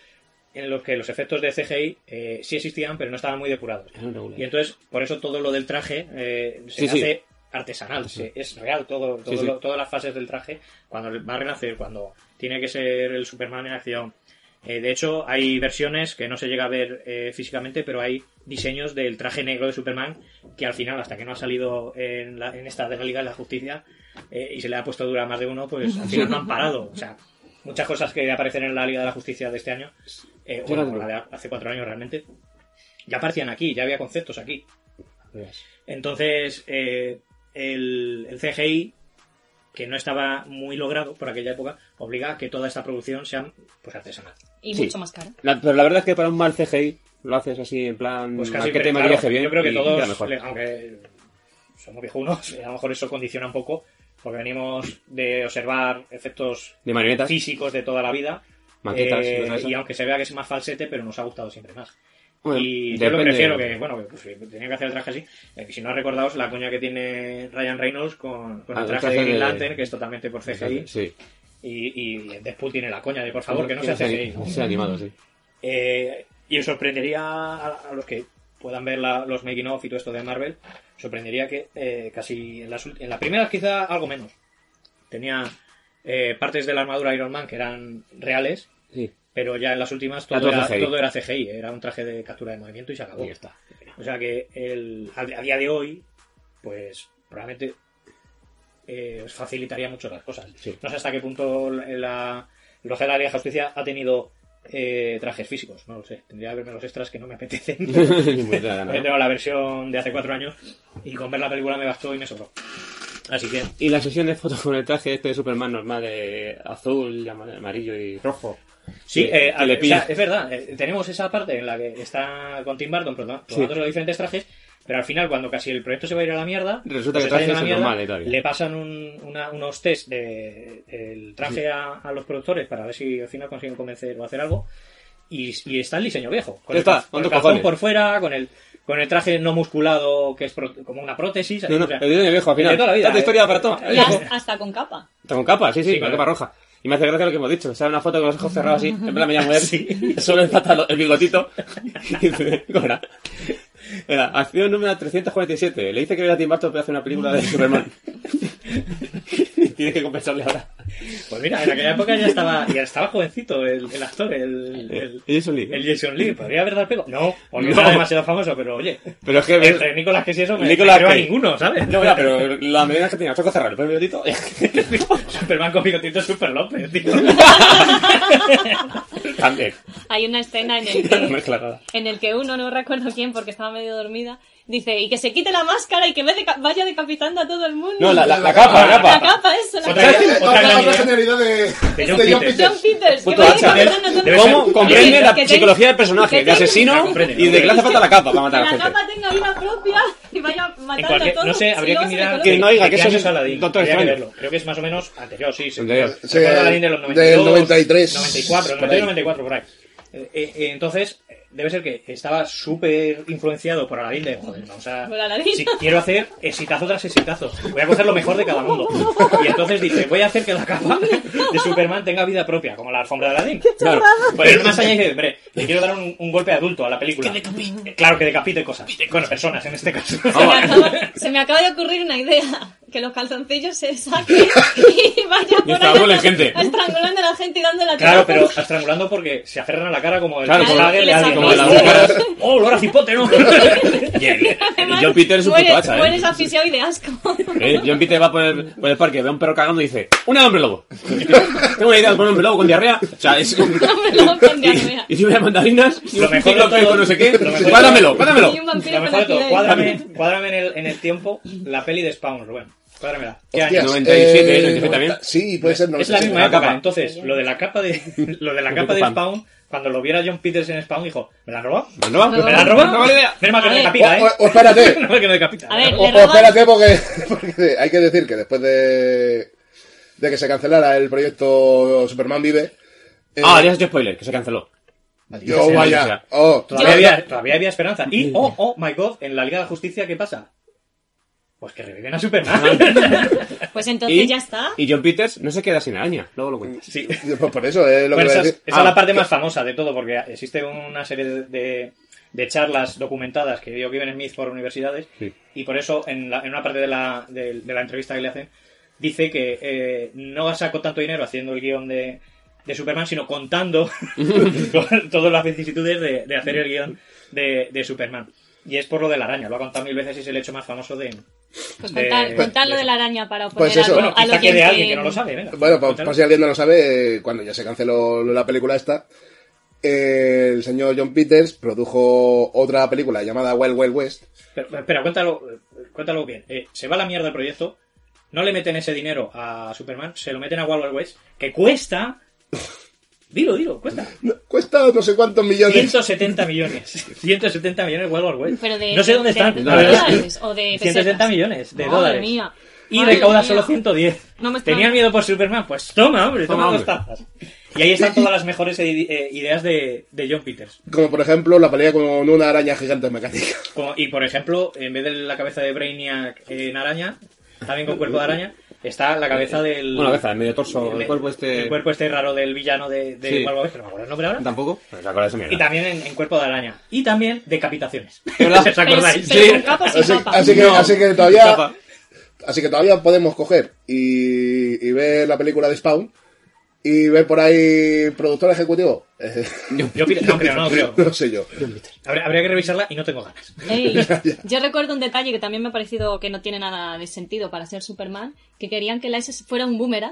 C: en los que los efectos de CGI eh, sí existían, pero no estaban muy depurados.
G: Eran regulares.
C: Y entonces, por eso todo lo del traje eh,
G: Sí,
C: se
G: sí.
C: hace artesanal, se- es real todo, todo
G: Sí, sí.
C: lo- todas las fases del traje, cuando va a renacer, cuando tiene que ser el Superman en acción, Eh, de hecho, hay versiones que no se llega a ver eh, físicamente, pero hay diseños del traje negro de Superman que al final, hasta que no ha salido en, la- en esta de la Liga de la Justicia eh, y se le ha puesto dura a más de uno, pues al final no han parado. O sea, muchas cosas que aparecen en la Liga de la Justicia de este año, eh, bueno,
G: Fíjate.
C: la de hace cuatro años realmente, ya aparecían aquí, ya había conceptos aquí. Entonces, eh, el, el CGI, que no estaba muy logrado por aquella época, obliga a que toda esta producción sea pues, artesanal.
D: Y
G: Sí.
D: mucho más cara.
G: La- pero la verdad es que para un mal CGI lo haces así en plan
C: Pues
G: Mm, a
C: casi
G: que te
C: claro,
G: maquillaje bien.
C: Yo creo que
G: y queda
C: todos,
G: mejor.
C: le- aunque somos viejunos, a lo mejor eso condiciona un poco, porque venimos de observar efectos
G: De marionetas,
C: físicos de toda la vida.
G: maquetas,
C: eh,
G: cosas de esas.
C: y aunque se vea que es más falsete, pero nos ha gustado siempre más.
G: Bueno,
C: y yo
G: depende-
C: lo que prefiero que, bueno, que, pues, si tenía que hacer el traje así. eh, si no recordaos la coña que tiene Ryan Reynolds con, con
G: Ah,
C: el traje de Green Lantern, que es totalmente por CGI.
G: Sí.
C: Y, y Deadpool tiene la coña de por favor, que no sea CGI.
G: Que sea animado, sí.
C: Eh, y os sorprendería a, a los que puedan ver la- los making of y todo esto de Marvel, sorprendería que eh, casi en las, ult- en las primeras quizá algo menos. Tenía eh, partes de la armadura Iron Man que eran reales,
G: Sí.
C: pero ya en las últimas
G: Era
C: todo,
G: Ah, todo
C: era,
G: CGI.
C: todo era CGI, era un traje de captura de movimiento y se acabó.
G: Y ya está.
C: O sea que el, a, a día de hoy, pues probablemente eh, os facilitaría mucho las cosas.
G: Sí.
C: No sé hasta qué punto la, el Roger de la Liga de Justicia ha tenido eh, trajes físicos, no lo sé. Tendría que verme los extras que no me apetecen. Yo
G: Ni me da gana, ¿no?
C: tengo la versión de hace cuatro años y con ver la película me bastó y me sobró. Así que
G: Y la sesión de fotos con el traje este de Superman normal de azul, ama- amarillo y rojo.
C: Sí,
G: Que-
C: eh,
G: que le
C: o
G: pilla.
C: sea, es verdad. eh, tenemos esa parte en la que está con Tim Burton probando probando
G: Sí.
C: los diferentes trajes, pero al final, cuando casi el proyecto se va a ir a la mierda, pues
G: Resulta
C: se
G: que
C: está yendo
G: trajes
C: a la mierda,
G: normales todavía.
C: le pasan un- una- unos test de, el traje a, a los productores para ver si al final consiguen convencer o hacer algo. Y, y está el diseño viejo. Con
G: Ya
C: el,
G: está,
C: cal- con
G: ¿cuántos
C: el calzón
G: cojones?
C: por fuera, con el, con el traje no musculado, que es pro- como una prótesis.
G: No, eh. no,
C: o sea,
G: el diseño viejo al
C: el de
G: final.
C: toda la vida,
G: Tanta
C: eh.
G: historia para todo.
D: Y has- hasta con capa.
G: Está con capa, sí, sí,
C: Sí,
G: con
C: claro.
G: capa roja. Y me hace gracia lo que hemos dicho. Sale una foto con los ojos cerrados así, en plan me llamo él, solo le falta lo- el bigotito. Y dice, "Cobra". Era, acción número 347. Le dice que era Tim Burton pero hace una película de Superman. Tienes que compensarle ahora.
C: Pues mira, en aquella época ya estaba, ya estaba jovencito el, el actor, el- el,
G: Y eso Lee.
C: El Jason Lee, ¿podría haber dado el pego? No, porque
G: No.
C: no. era demasiado famoso, pero oye.
G: Pero es que ves-
C: Entre Nicolas Cage y eso, me,
G: Nicolas
C: me creo a
G: Cage.
C: ninguno, ¿sabes?
G: No, ya, pero la medida que tenía, los ojos cerrados, el bigotito.
C: Superman con bigotito es Super López, tío.
G: También.
D: Hay una escena en el
G: No
D: que
G: mezcla nada.
D: en el que uno, no recuerdo quién porque estaba medio dormida, dice, y que se quite la máscara y que ve deca- vaya decapitando a todo el mundo.
G: No, la, la- la capa, la
D: La
G: capa.
D: capa, eso, la
C: Otra
D: capa.
C: vez,
E: Otra,
C: otra
E: otra
C: línea.
E: genialidad de,
C: De John
E: de John
C: Peters.
E: Peters.
D: John Peters, que
G: Puto
D: vaya
G: hacha.
D: decapitando a todo el
C: Debe
D: mundo.
G: ¿Cómo
C: ser-
G: comprende
D: Que-
G: la
D: que tenga-
G: psicología del personaje?
D: que
G: De
D: tenga-
G: asesino
C: comprende,
G: y de que le hace falta la capa para
D: Que
G: matar a la
D: la
G: gente.
D: capa tenga vida propia y vaya matando a
C: cualquier-
D: todos.
C: no sé, habría
D: Si
C: que
D: se
C: mirar
D: reconoce.
G: Que no diga
C: ¿De
G: que
C: qué
G: eso
C: año
G: es
C: Aladdin?
G: Doctor
C: Habría que
G: Strange.
C: verlo. Creo que es más o menos anterior, sí. se-
G: Anterior.
C: recuerdo
E: Sí,
C: Aladdin de los
E: del
C: 92,
E: 93,
C: 94,
E: por
C: 93,
E: ahí.
C: 94, por ahí. Eh, eh, entonces, eh, debe ser que estaba súper influenciado por Aladdin de, joder, vamos a...
D: Por Aladdin.
C: si quiero hacer exitazo tras exitazo. Voy a coger lo mejor de cada mundo. Y entonces dice, voy a hacer que la capa de Superman tenga vida propia, como la alfombra de Aladdin. pues
G: Claro.
C: Pero ir más allá y dice, hombre, le quiero dar un, un golpe adulto a la película. Eh, Claro, que decapite cosas. Bueno, personas en este caso.
G: Ah,
D: Se me, acaba, se me acaba de ocurrir una idea. Que los calzoncillos se saquen y vaya por ahí
G: estrangulen gente.
D: estrangulando a la gente y dándole la
C: Claro, pero estrangulando porque se aferran a la cara como el
G: Claro,
C: Schwarzenegger
D: como-
C: de alguien.
D: como
G: la boca.
C: ¡Oh, olor a cipote, no!
G: Y el- el John Peter es un puto hacha, ¿eh?
D: Mueres asfixiado y de asco.
G: Eh, John Peter va por el, por el parque, ve a un perro cagando y dice, un hombre lobo. Tengo una idea de un hombre lobo con diarrea. O sea, es un...
D: Melón con diarrea.
G: Y, y una mandarinas, y
C: Lo
G: un
C: mejor de
G: ciclo
C: todo-
G: con no sé qué.
C: lo mejor de todo-
G: Cuádramelo, cuádramelo.
D: Y un
C: Lo
D: vampiro con
C: mejor de todo,
D: alquiler.
C: cuádrame, cuádrame en, el, en el tiempo la peli de Spawn, Rubén. Cuádramela. ¿Qué año?
E: Hostias,
G: 97, 97 también.
E: Eh, Sí, puede ser
C: es la
E: 97.
C: misma
G: la
C: época.
G: capa.
C: Entonces, lo de la capa de, lo de, la capa de
G: Fan.
C: Spawn, cuando lo viera John Peters en Spawn, dijo, ¿me la han robado?
G: ¿Me la roba?
C: ¿Me la han robado?
G: No vale idea.
C: Menos mal que no
D: A ver.
C: decapita, ¿eh?
E: O- o- o espérate.
C: Menos mal que no decapita.
D: A ver,
E: O,
D: le
E: o
D: roban-
E: espérate, porque, porque hay que decir que después de, de que se cancelara el proyecto Superman Vive. eh,
G: Ah, ya has hecho spoiler, que se canceló.
E: Yo,
G: Sí,
E: vaya.
G: o sea,
E: oh,
C: Todavía,
E: no,
C: había, todavía había esperanza. Y, oh, oh, my God, en la Liga de la Justicia, ¿qué pasa? Pues que reviven a Superman.
D: Pues entonces ya está.
G: y John Peters no se queda sin araña. Luego lo cuentas.
C: sí.
E: no, pues por eso es lo
C: Bueno,
E: que
C: esa,
E: voy a
C: es,
E: decir.
C: esa es
G: Ah.
C: la parte más famosa de todo, porque existe una serie de, de- de charlas documentadas que dio Kevin Smith por universidades,
G: Sí.
C: y por eso en, la- en una parte de la, de- de la entrevista que le hacen, dice que eh, no sacó tanto dinero haciendo el guión de, de Superman, sino contando todas las vicisitudes de, de hacer el guión de, de Superman. Y es por lo de la araña, lo ha contado mil veces y es el hecho más famoso de...
D: Pues
C: de-
D: contar, contar lo
C: de-
D: de la araña para poner
E: Pues eso.
D: algo-
C: Bueno,
E: Bueno,
C: quizá
D: algo
C: quede alguien que no lo sabe, venga.
E: Bueno, por,
C: cuéntalo.
E: por si alguien no lo sabe, eh, cuando ya se canceló la película esta, eh, el señor John Peters produjo otra película llamada Wild Wild West.
C: Pero, pero espera, cuéntalo, cuéntalo bien. Eh, se va a la mierda el proyecto, no le meten ese dinero a Superman, se lo meten a Wild Wild West, que cuesta... Dilo, dilo, cuesta.
E: No, Cuesta no sé cuántos millones.
C: 170 millones. 170 millones Wild Wild West.
D: Pero de-
C: no sé dónde
D: de-
C: están.
D: de
C: la verdad.
D: dólares o de
C: 170
D: pesetas.
C: millones de
D: Madre
C: dólares.
D: mía.
C: Y
D: Madre
C: recauda
D: mía.
C: solo 110.
D: No me extraña.
C: Tenía miedo por Superman. Pues toma, hombre, toma,
G: Toma,
C: dos
G: hombre.
C: tazas. Y ahí están todas las mejores ide- eh, ideas de, de John Peters.
E: Como por ejemplo la pelea con una araña gigante mecánica.
C: Como- y por ejemplo, en vez de la cabeza de Brainiac en araña, también con cuerpo de araña, está la cabeza del.
G: Bueno, la cabeza, el medio torso,
C: el-
G: el cuerpo este-
C: el cuerpo este raro del villano de, de
G: Sí.
C: Wild Wild West, que no me acuerdo el nombre ahora.
B: Tampoco.
G: Pues acordáis de mierda.
C: Y también en, en cuerpo de araña. Y también decapitaciones.
G: ¿Verdad?
C: ¿Os acordáis?
D: Pero, pero con capa o sin
E: Así,
D: capa.
E: así que,
G: No.
E: así que todavía,
G: Capa.
E: así que todavía podemos coger y, y ver la película de Spawn y ver por ahí productor ejecutivo. Eh,
C: Yo pi- no creo, no creo.
E: no sé yo.
C: Habría, habría que revisarla y no tengo ganas.
D: Ey, yo recuerdo un detalle que también me ha parecido que no tiene nada de sentido para ser Superman, que querían que la S fuera un boomerang.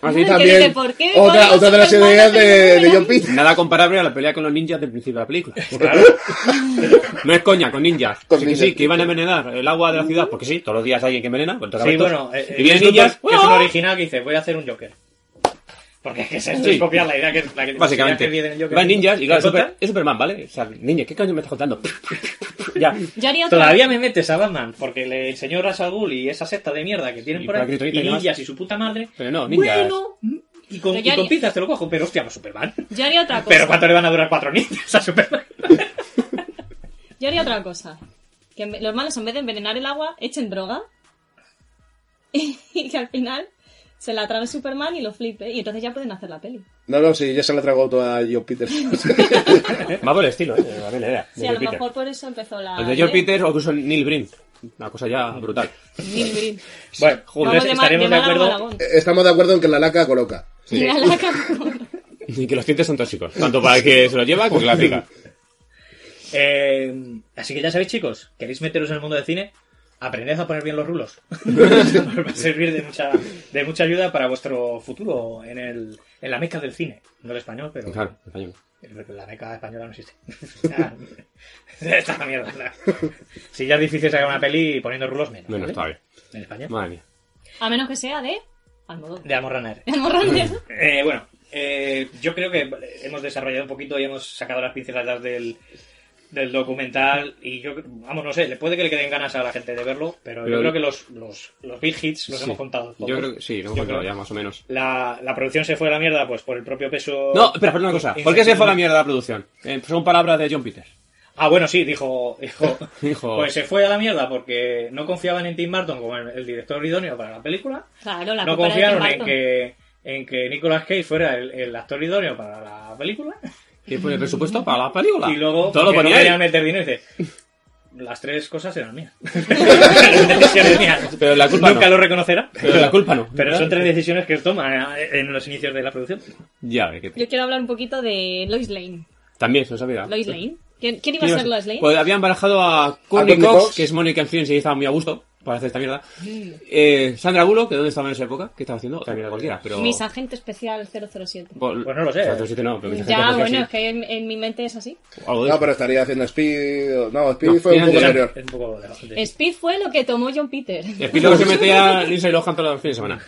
G: Ah, sí,
D: Que
E: también.
D: dice, ¿por qué?
E: Otra,
D: coño,
E: otra de las
D: Superman
E: ideas
D: hace
E: de,
D: un
E: de
D: boomerang?
E: John Peters.
G: Nada comparable a la pelea con los ninjas del principio de la película. No es coña, con ninjas.
E: Con
G: Sí, que
E: ninjas.
G: sí, que iban a envenenar el agua de la ciudad, porque sí, todos los días hay alguien que envenena. pues, toca
C: Sí,
G: estos.
C: bueno, eh, eh,
G: y vienen
C: es un-
G: ninjas.
C: que
D: ¡Oh!
C: es un original que dice, voy a hacer un Joker. Porque es que se
G: Sí.
C: copiar la idea que, la que
G: Básicamente,
C: la idea que viene el Joker.
G: van ninjas y claro,
C: ¿Te
G: Super-
C: contas?
G: es Superman, ¿vale? O sea, ninja, ¿qué coño me estás contando? ya.
D: Yo haría otra.
C: Todavía me metes a Batman porque le enseñó a Ghul y esa secta de mierda que tienen
G: Y
C: por
G: la
C: ahí
G: Kryptonita
C: y
G: y demás.
C: ninjas y su puta madre.
G: Pero no, ninjas.
C: Bueno, y con,
D: Pero Pues yo
C: y con
D: haría-
C: pinzas te lo cojo, pero hostia, no Superman.
D: Yo haría otra cosa.
C: Pero ¿cuánto le van a durar cuatro ninjas a Superman?
D: Yo haría otra cosa. Que en ve- los malos, en vez de envenenar el agua, echen droga. Y, que al final se la trabe Superman y lo flipe. Y entonces ya pueden hacer la peli.
E: No, no, sí, ya se la tragó toda a John Peters.
G: Va por el estilo, eh, a ver la idea.
D: Sí,
G: de
D: a lo
G: Peter.
D: mejor por eso empezó la.
G: El de George Peter o incluso Neil Brin. Una cosa ya brutal.
D: Neil Green.
C: Bueno,
D: Vamos
C: entonces
D: de ma-
C: estaremos
D: de
C: de
D: Málaga a
C: acuerdo.
D: Malagón.
E: Estamos de acuerdo en que la laca coloca.
D: De Málaga.
G: Y que los tintes son tóxicos. Tanto para el que se los lleva como el que la aplica.
C: Eh, así que ya sabéis, chicos, queréis meteros en el mundo del cine, aprended a poner bien los rulos. Os Va a servir de mucha, de mucha ayuda para vuestro futuro en, el, en la meca del cine. No el español, pero
G: Claro, español.
C: la meca española no existe. Esta es la mierda. ¿no? Si ya es difícil sacar una peli poniendo rulos, menos.
G: Menos
C: ¿vale?
G: todavía.
C: En España.
G: Madre mía.
D: A menos que sea de. Almodóvar.
C: De Amorraner.
D: De Morrande.
C: Eh, bueno, eh, yo creo que hemos desarrollado un poquito y hemos sacado las pinceladas del, del documental y yo, vamos, no sé, le puede que le queden ganas a la gente de verlo, pero, yo
G: Pero-
C: creo que los, los, los big hits los
G: Sí.
C: hemos contado. todos.
G: Yo creo que sí, lo hemos
C: Yo
G: contado
C: creo.
G: ya más o menos.
C: La, la producción se fue a la mierda pues por el propio peso...
G: No, espera, espera una cosa. ¿Por qué se fue a la mierda la producción? Eh, son palabras de John Peters.
C: Ah, bueno, sí, dijo... dijo
G: Dijo-
C: Pues se fue a la mierda porque no confiaban en Tim Burton como el, el director idóneo para la película.
D: Claro, la
C: no
D: culpa era de Tim
C: confiaron en
D: Burton.
C: que, en que Nicolas Cage fuera el- el actor idóneo para la película.
G: ¿Quién pone el presupuesto para la película?
C: Y luego,
G: Ah, Todo lo
C: porque no
G: ponía
C: querían
G: él.
C: meter dinero y dice, las tres cosas eran mías. Las decisiones mías.
G: Pero la culpa
C: Nunca
G: no.
C: lo reconocerá.
G: Pero la culpa no.
C: Pero son tres decisiones que toma eh, en los inicios de la producción.
G: Ya, ve que te-
D: Yo quiero hablar un poquito de Lois Lane.
G: También se nos ha olvidado.
D: Lois Lane. ¿Quién, quién iba a ser Lois Lane?
G: Pues habían barajado a
E: A
G: Courtney
E: Courtney
G: Cox,
E: Cox.
G: que es Mónica en Friends y estaba muy a gusto para hacer esta mierda.
D: Mm.
G: Eh, Sandra Bullock, que dónde estaba en esa época, ¿qué estaba haciendo? Otra mierda cualquiera, pero...
D: Mis agente especial 007.
G: Pues
C: Pues no lo sé.
G: no, pero mis
D: Ya,
G: agentes
D: bueno,
G: casi-
D: es que en, en mi mente es así.
G: algo de
E: No,
G: eso.
E: pero estaría haciendo Speed. o- No, Speed
G: No,
E: fue un
G: tiene
E: poco
G: antes-
E: anterior.
C: Es un poco de- de-
D: Speed fue lo que tomó John Peter.
G: El piloto se metía Lindsay Lohan todos los fines de semana.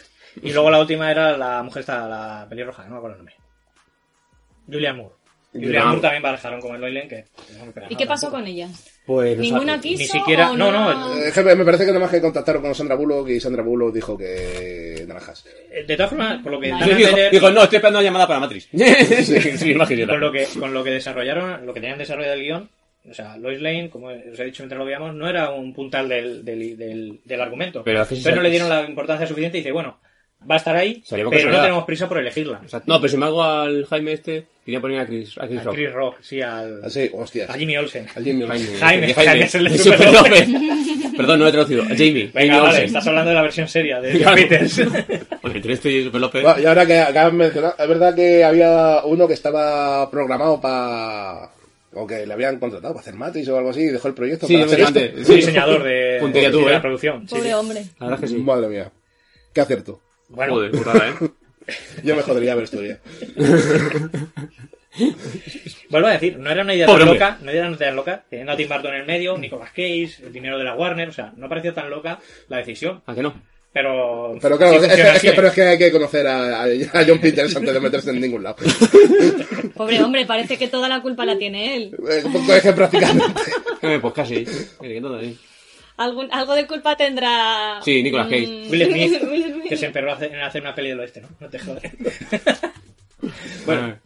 C: Y luego la última era la mujer esta, la pelirroja, no me acuerdo el nombre. Julian Moore. Julian
G: Julian
C: Moore
G: Moore.
C: también barajaron como el Lois Lane, que... no me pega
D: ¿Y
C: nada
D: qué pasó
C: tampoco.
D: con ella?
G: Pues
D: ¿Ninguna
G: aquí
D: quiso?
C: ni siquiera-
D: o
C: no, no,
E: Eh, jefe, me parece que nada más que contactaron con Sandra Bullock y Sandra Bullock dijo que naranjas.
C: Eh, De todas formas, por lo que...
D: Vale.
C: dan a
G: dijo,
C: entender-
G: dijo, no, estoy esperando una llamada para Matrix. sí, sí, imagínate.
C: con lo que con lo que desarrollaron lo que tenían desarrollado el guión o sea Lois Lane como os he dicho mientras lo veíamos no era un puntal del, del, del, del argumento
G: Pero es que si
C: entonces no
G: sal-
C: le dieron la importancia suficiente y dice bueno va a estar ahí
G: Salió
C: pero
G: con
C: no
G: casualidad.
C: tenemos prisa por elegirla
G: O sea, no, pero si me hago al Jaime este, quería poner a Chris, a Chris
C: a
G: Rock.
C: Chris Rock sí al
E: Así, hostias.
C: a Jimmy Olsen
E: Al Jimmy
G: Jaime,
C: Jaime, Jaime es el de
G: Super
C: Super
G: López. Perdón, no lo he traducido. Jamie.
C: venga
G: Jamie
C: vale
G: Olsen.
C: estás hablando de la versión seria de
G: Claro.
C: Peters
B: Bueno, entre esto y López.
E: Bueno, y ahora que acabas de mencionar, es verdad que había uno que estaba programado para. o que le habían contratado para hacer Matrix o algo así y dejó el proyecto
G: Sí,
E: para
G: yo me
E: hacer esto.
G: encanta.
C: Es
G: Sí.
C: un diseñador de,
G: Puntería tú,
C: de la
G: ¿eh?
C: producción. sí.
D: Pobre hombre.
G: La verdad es que sí.
E: Madre mía. ¿Qué acierto?
C: Bueno,
B: Joder, putada, ¿eh?
E: Yo me jodería ver estudiado.
C: vuelvo a decir, no era una idea
G: Pobre
C: tan
G: hombre.
C: loca, no era una idea tan loca, teniendo a Tim Burton en el medio, Nicolas Cage, el dinero de la Warner, o sea, no parecía tan loca la decisión,
G: ¿A que no?
C: pero...
E: Pero claro,
C: Pues sí
E: es,
C: funciona
E: que, es que-
C: así. ¿eh?
E: pero es que hay que conocer a, a- a John Peters antes de meterse en ningún lado.
D: Pobre hombre, parece que toda la culpa la tiene él.
E: Eh, es que prácticamente.
G: Eh, pues casi. Eh, todo ahí.
D: Algún, algo de culpa tendrá.
G: Sí, Nicolas Cage.
D: Mm,
C: Will Smith,
D: Will Smith.
C: que se emperró a hacer- en hacer una peli del oeste, ¿no? No te jodas.
G: Bueno,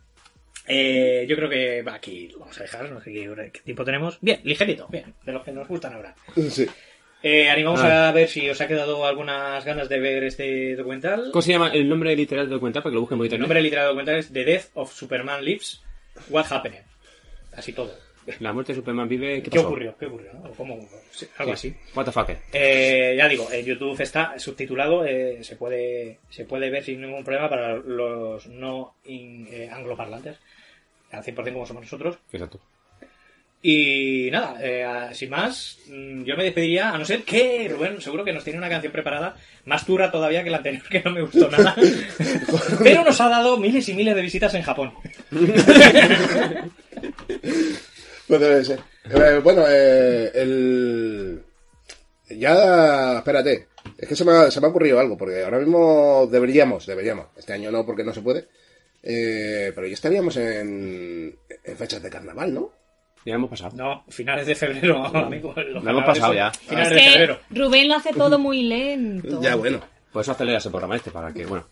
C: Eh, yo creo que va, aquí lo vamos a dejar, no sé qué, hora- qué tiempo tenemos. Bien, ligerito, bien, de los que nos gustan ahora.
E: Sí.
C: Eh, animamos
G: Ah.
C: a ver si os ha quedado algunas ganas de ver este documental.
G: ¿cómo se llama el nombre literal del documental para que lo busquen por
C: El
G: internet?
C: nombre literal del documental es The Death of Superman Lives, What Happened. Así todo.
G: La muerte de Superman vive. ¿Qué,
C: ¿Qué
G: pasó?
C: ocurrió? ¿Qué ocurrió? ¿no? O ¿Cómo? sí, Algo
G: Sí.
C: así.
G: What the fuck.
C: Eh, ya digo, en YouTube está subtitulado, eh, se puede se puede ver sin ningún problema para los no in- eh, angloparlantes, al 100% como somos nosotros.
G: Exacto.
C: Y nada, eh, a- sin más, mm, yo me despediría, a no ser que Rubén seguro que nos tiene una canción preparada, más dura todavía que la anterior, que no me gustó nada. Pero nos ha dado miles y miles de visitas en Japón.
E: Pues debe ser. Eh, bueno, eh, el. Ya, espérate. Es que se me, ha, se me ha ocurrido algo, porque ahora mismo deberíamos, deberíamos. Este año no, porque no se puede. Eh, pero ya estaríamos en, en fechas de carnaval, ¿no?
G: Ya hemos pasado.
C: No, finales de febrero, amigo. Lo
G: hemos pasado ya.
C: Finales
D: Es
C: de
D: que
C: febrero.
D: Rubén lo hace todo muy lento.
E: Ya, bueno.
G: Por Pues eso acelera ese programa este, para que, bueno.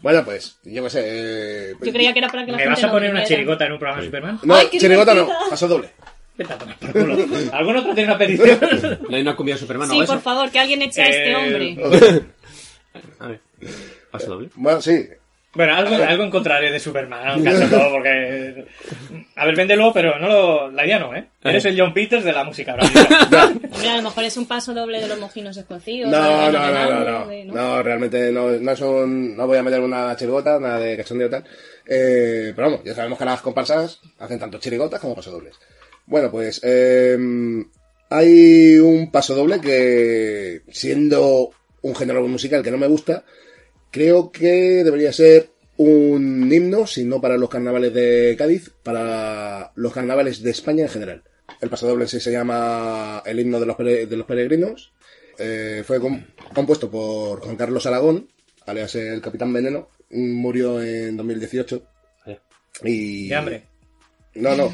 E: Bueno, pues, yo qué sé. eh,
D: Yo creía que era para que la
C: ¿Me
D: gente
C: vas a
D: lo
C: poner una
D: viera.
C: chirigota en un programa de Superman?
E: No,
D: Ay, qué
E: chirigota no,
D: divertida.
E: paso doble.
C: Vete a tomar por culo. ¿Algún otro tiene una petición?
G: ¿No hay una cumbia de Superman
D: Sí,
G: o eso?
D: por favor, que alguien eche a
C: Eh,
D: este hombre.
G: A ver. Paso doble.
E: Bueno, sí.
C: Bueno, algo, algo encontraré de Superman, casi todo, porque... A ver, véndelo, pero no lo... La idea no, ¿eh? Eres el John Peters de la música ahora mismo.
D: Hombre, a lo mejor es un paso doble de los mojinos escocidos.
E: No, no,
D: algo
E: no, no,
D: de Nanamo,
E: no.
D: de- ¿no?
E: No, realmente no, no son, no voy a meter una chirigota, nada de cachondeo tal. Eh, pero vamos, ya sabemos que las comparsas hacen tanto chirigotas como pasodobles. Bueno, pues eh, hay un pasodoble que, siendo un género musical que no me gusta, creo que debería ser un himno, si no para los carnavales de Cádiz, para los carnavales de España en general. El pasodoble en sí se llama el himno de los, pere- de los peregrinos. Eh, fue com- compuesto por Juan Carlos Aragón, alias el Capitán Veneno. Murió en 2018.
G: Vaya.
E: Y...
C: De hambre.
E: No, no.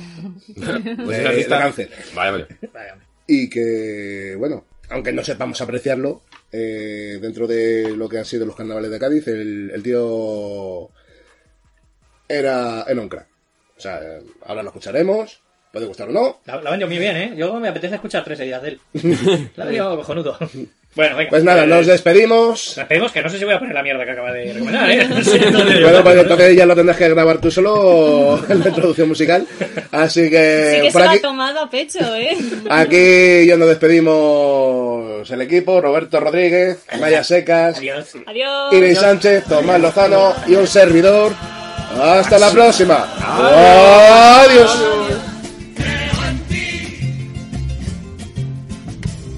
G: Pues
E: de, de cáncer.
G: Vale, vale.
C: Vale, hombre.
E: Y que, bueno, aunque no sepamos apreciarlo, eh, dentro de lo que han sido los carnavales de Cádiz, el, el tío era, era un crack. O sea, eh, ahora lo escucharemos, puede gustar o no.
C: La, la vendió muy bien, ¿eh? Yo me apetece escuchar tres ideas de él. La vendió cojonudo. Bueno, venga.
E: Pues nada,
C: Eh,
E: nos despedimos.
C: nos despedimos, que no sé si voy a poner la mierda que acaba de recomendar, ¿eh? No sé, no sé.
E: Bueno, pues entonces ya lo tendrás que grabar tú solo en la introducción musical. Así que,
D: Sí que se
E: Eh, por
D: lo
E: aquí,
D: ha tomado a pecho, ¿eh?
E: aquí ya nos despedimos el equipo, Roberto Rodríguez, Maya Secas,
C: Adiós.
D: Adiós.
E: Iris Sánchez, Tomás Lozano y un servidor. Hasta la próxima. Adiós.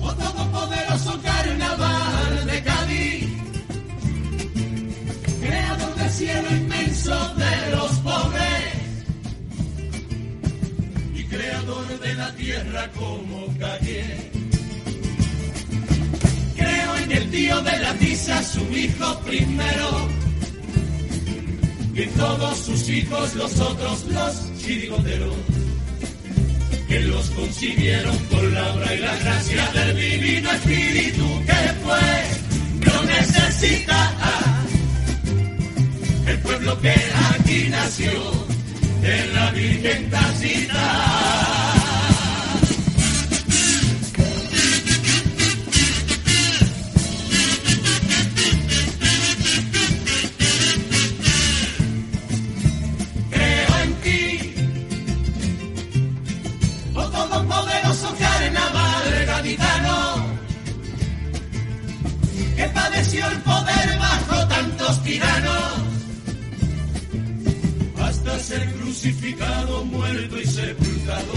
F: Oh todopoderoso carnaval de Cádiz, creador del cielo inmenso de los pobres y creador de la tierra como calle. Creo en el tío de la tiza, su hijo primero, y en todos sus hijos los otros, los chirigoteros que los concibieron con la obra y la gracia del divino espíritu que fue. No necesita ah, el pueblo que aquí nació de la Virgen Tacita. Creo en ti, o todo poderoso carnaval gaditano que padeció el poder bajo tan ser crucificado, muerto y sepultado.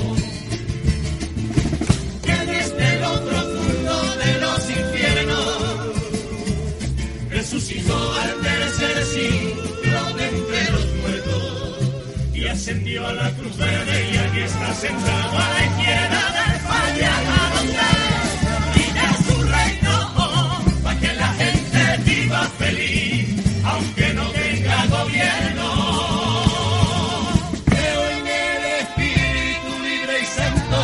F: Que desde el otro mundo de los infiernos resucitó al tercer siglo de entre los muertos y ascendió a la cruz verde y aquí está sentado a la izquierda del Padre a donde brilla su reino para que la gente viva feliz aunque no tenga gobierno creo en el Espíritu libre y santo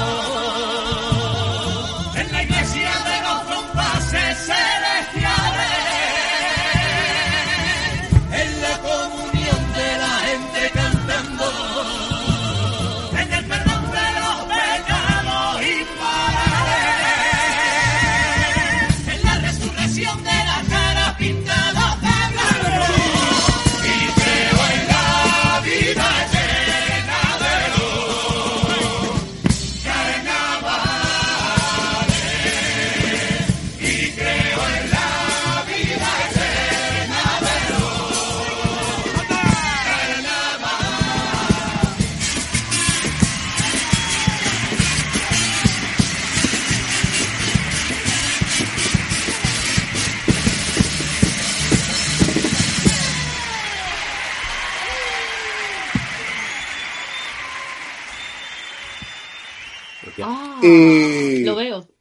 F: en la iglesia de los compases celestiales en la comunión de la gente cantando en el perdón de los pecados inmorales en la resurrección de la cara pintada de blanco y creo en la vida llena de los carnavales y creo en la vida llena de los carnavales
E: Y...
D: Lo veo.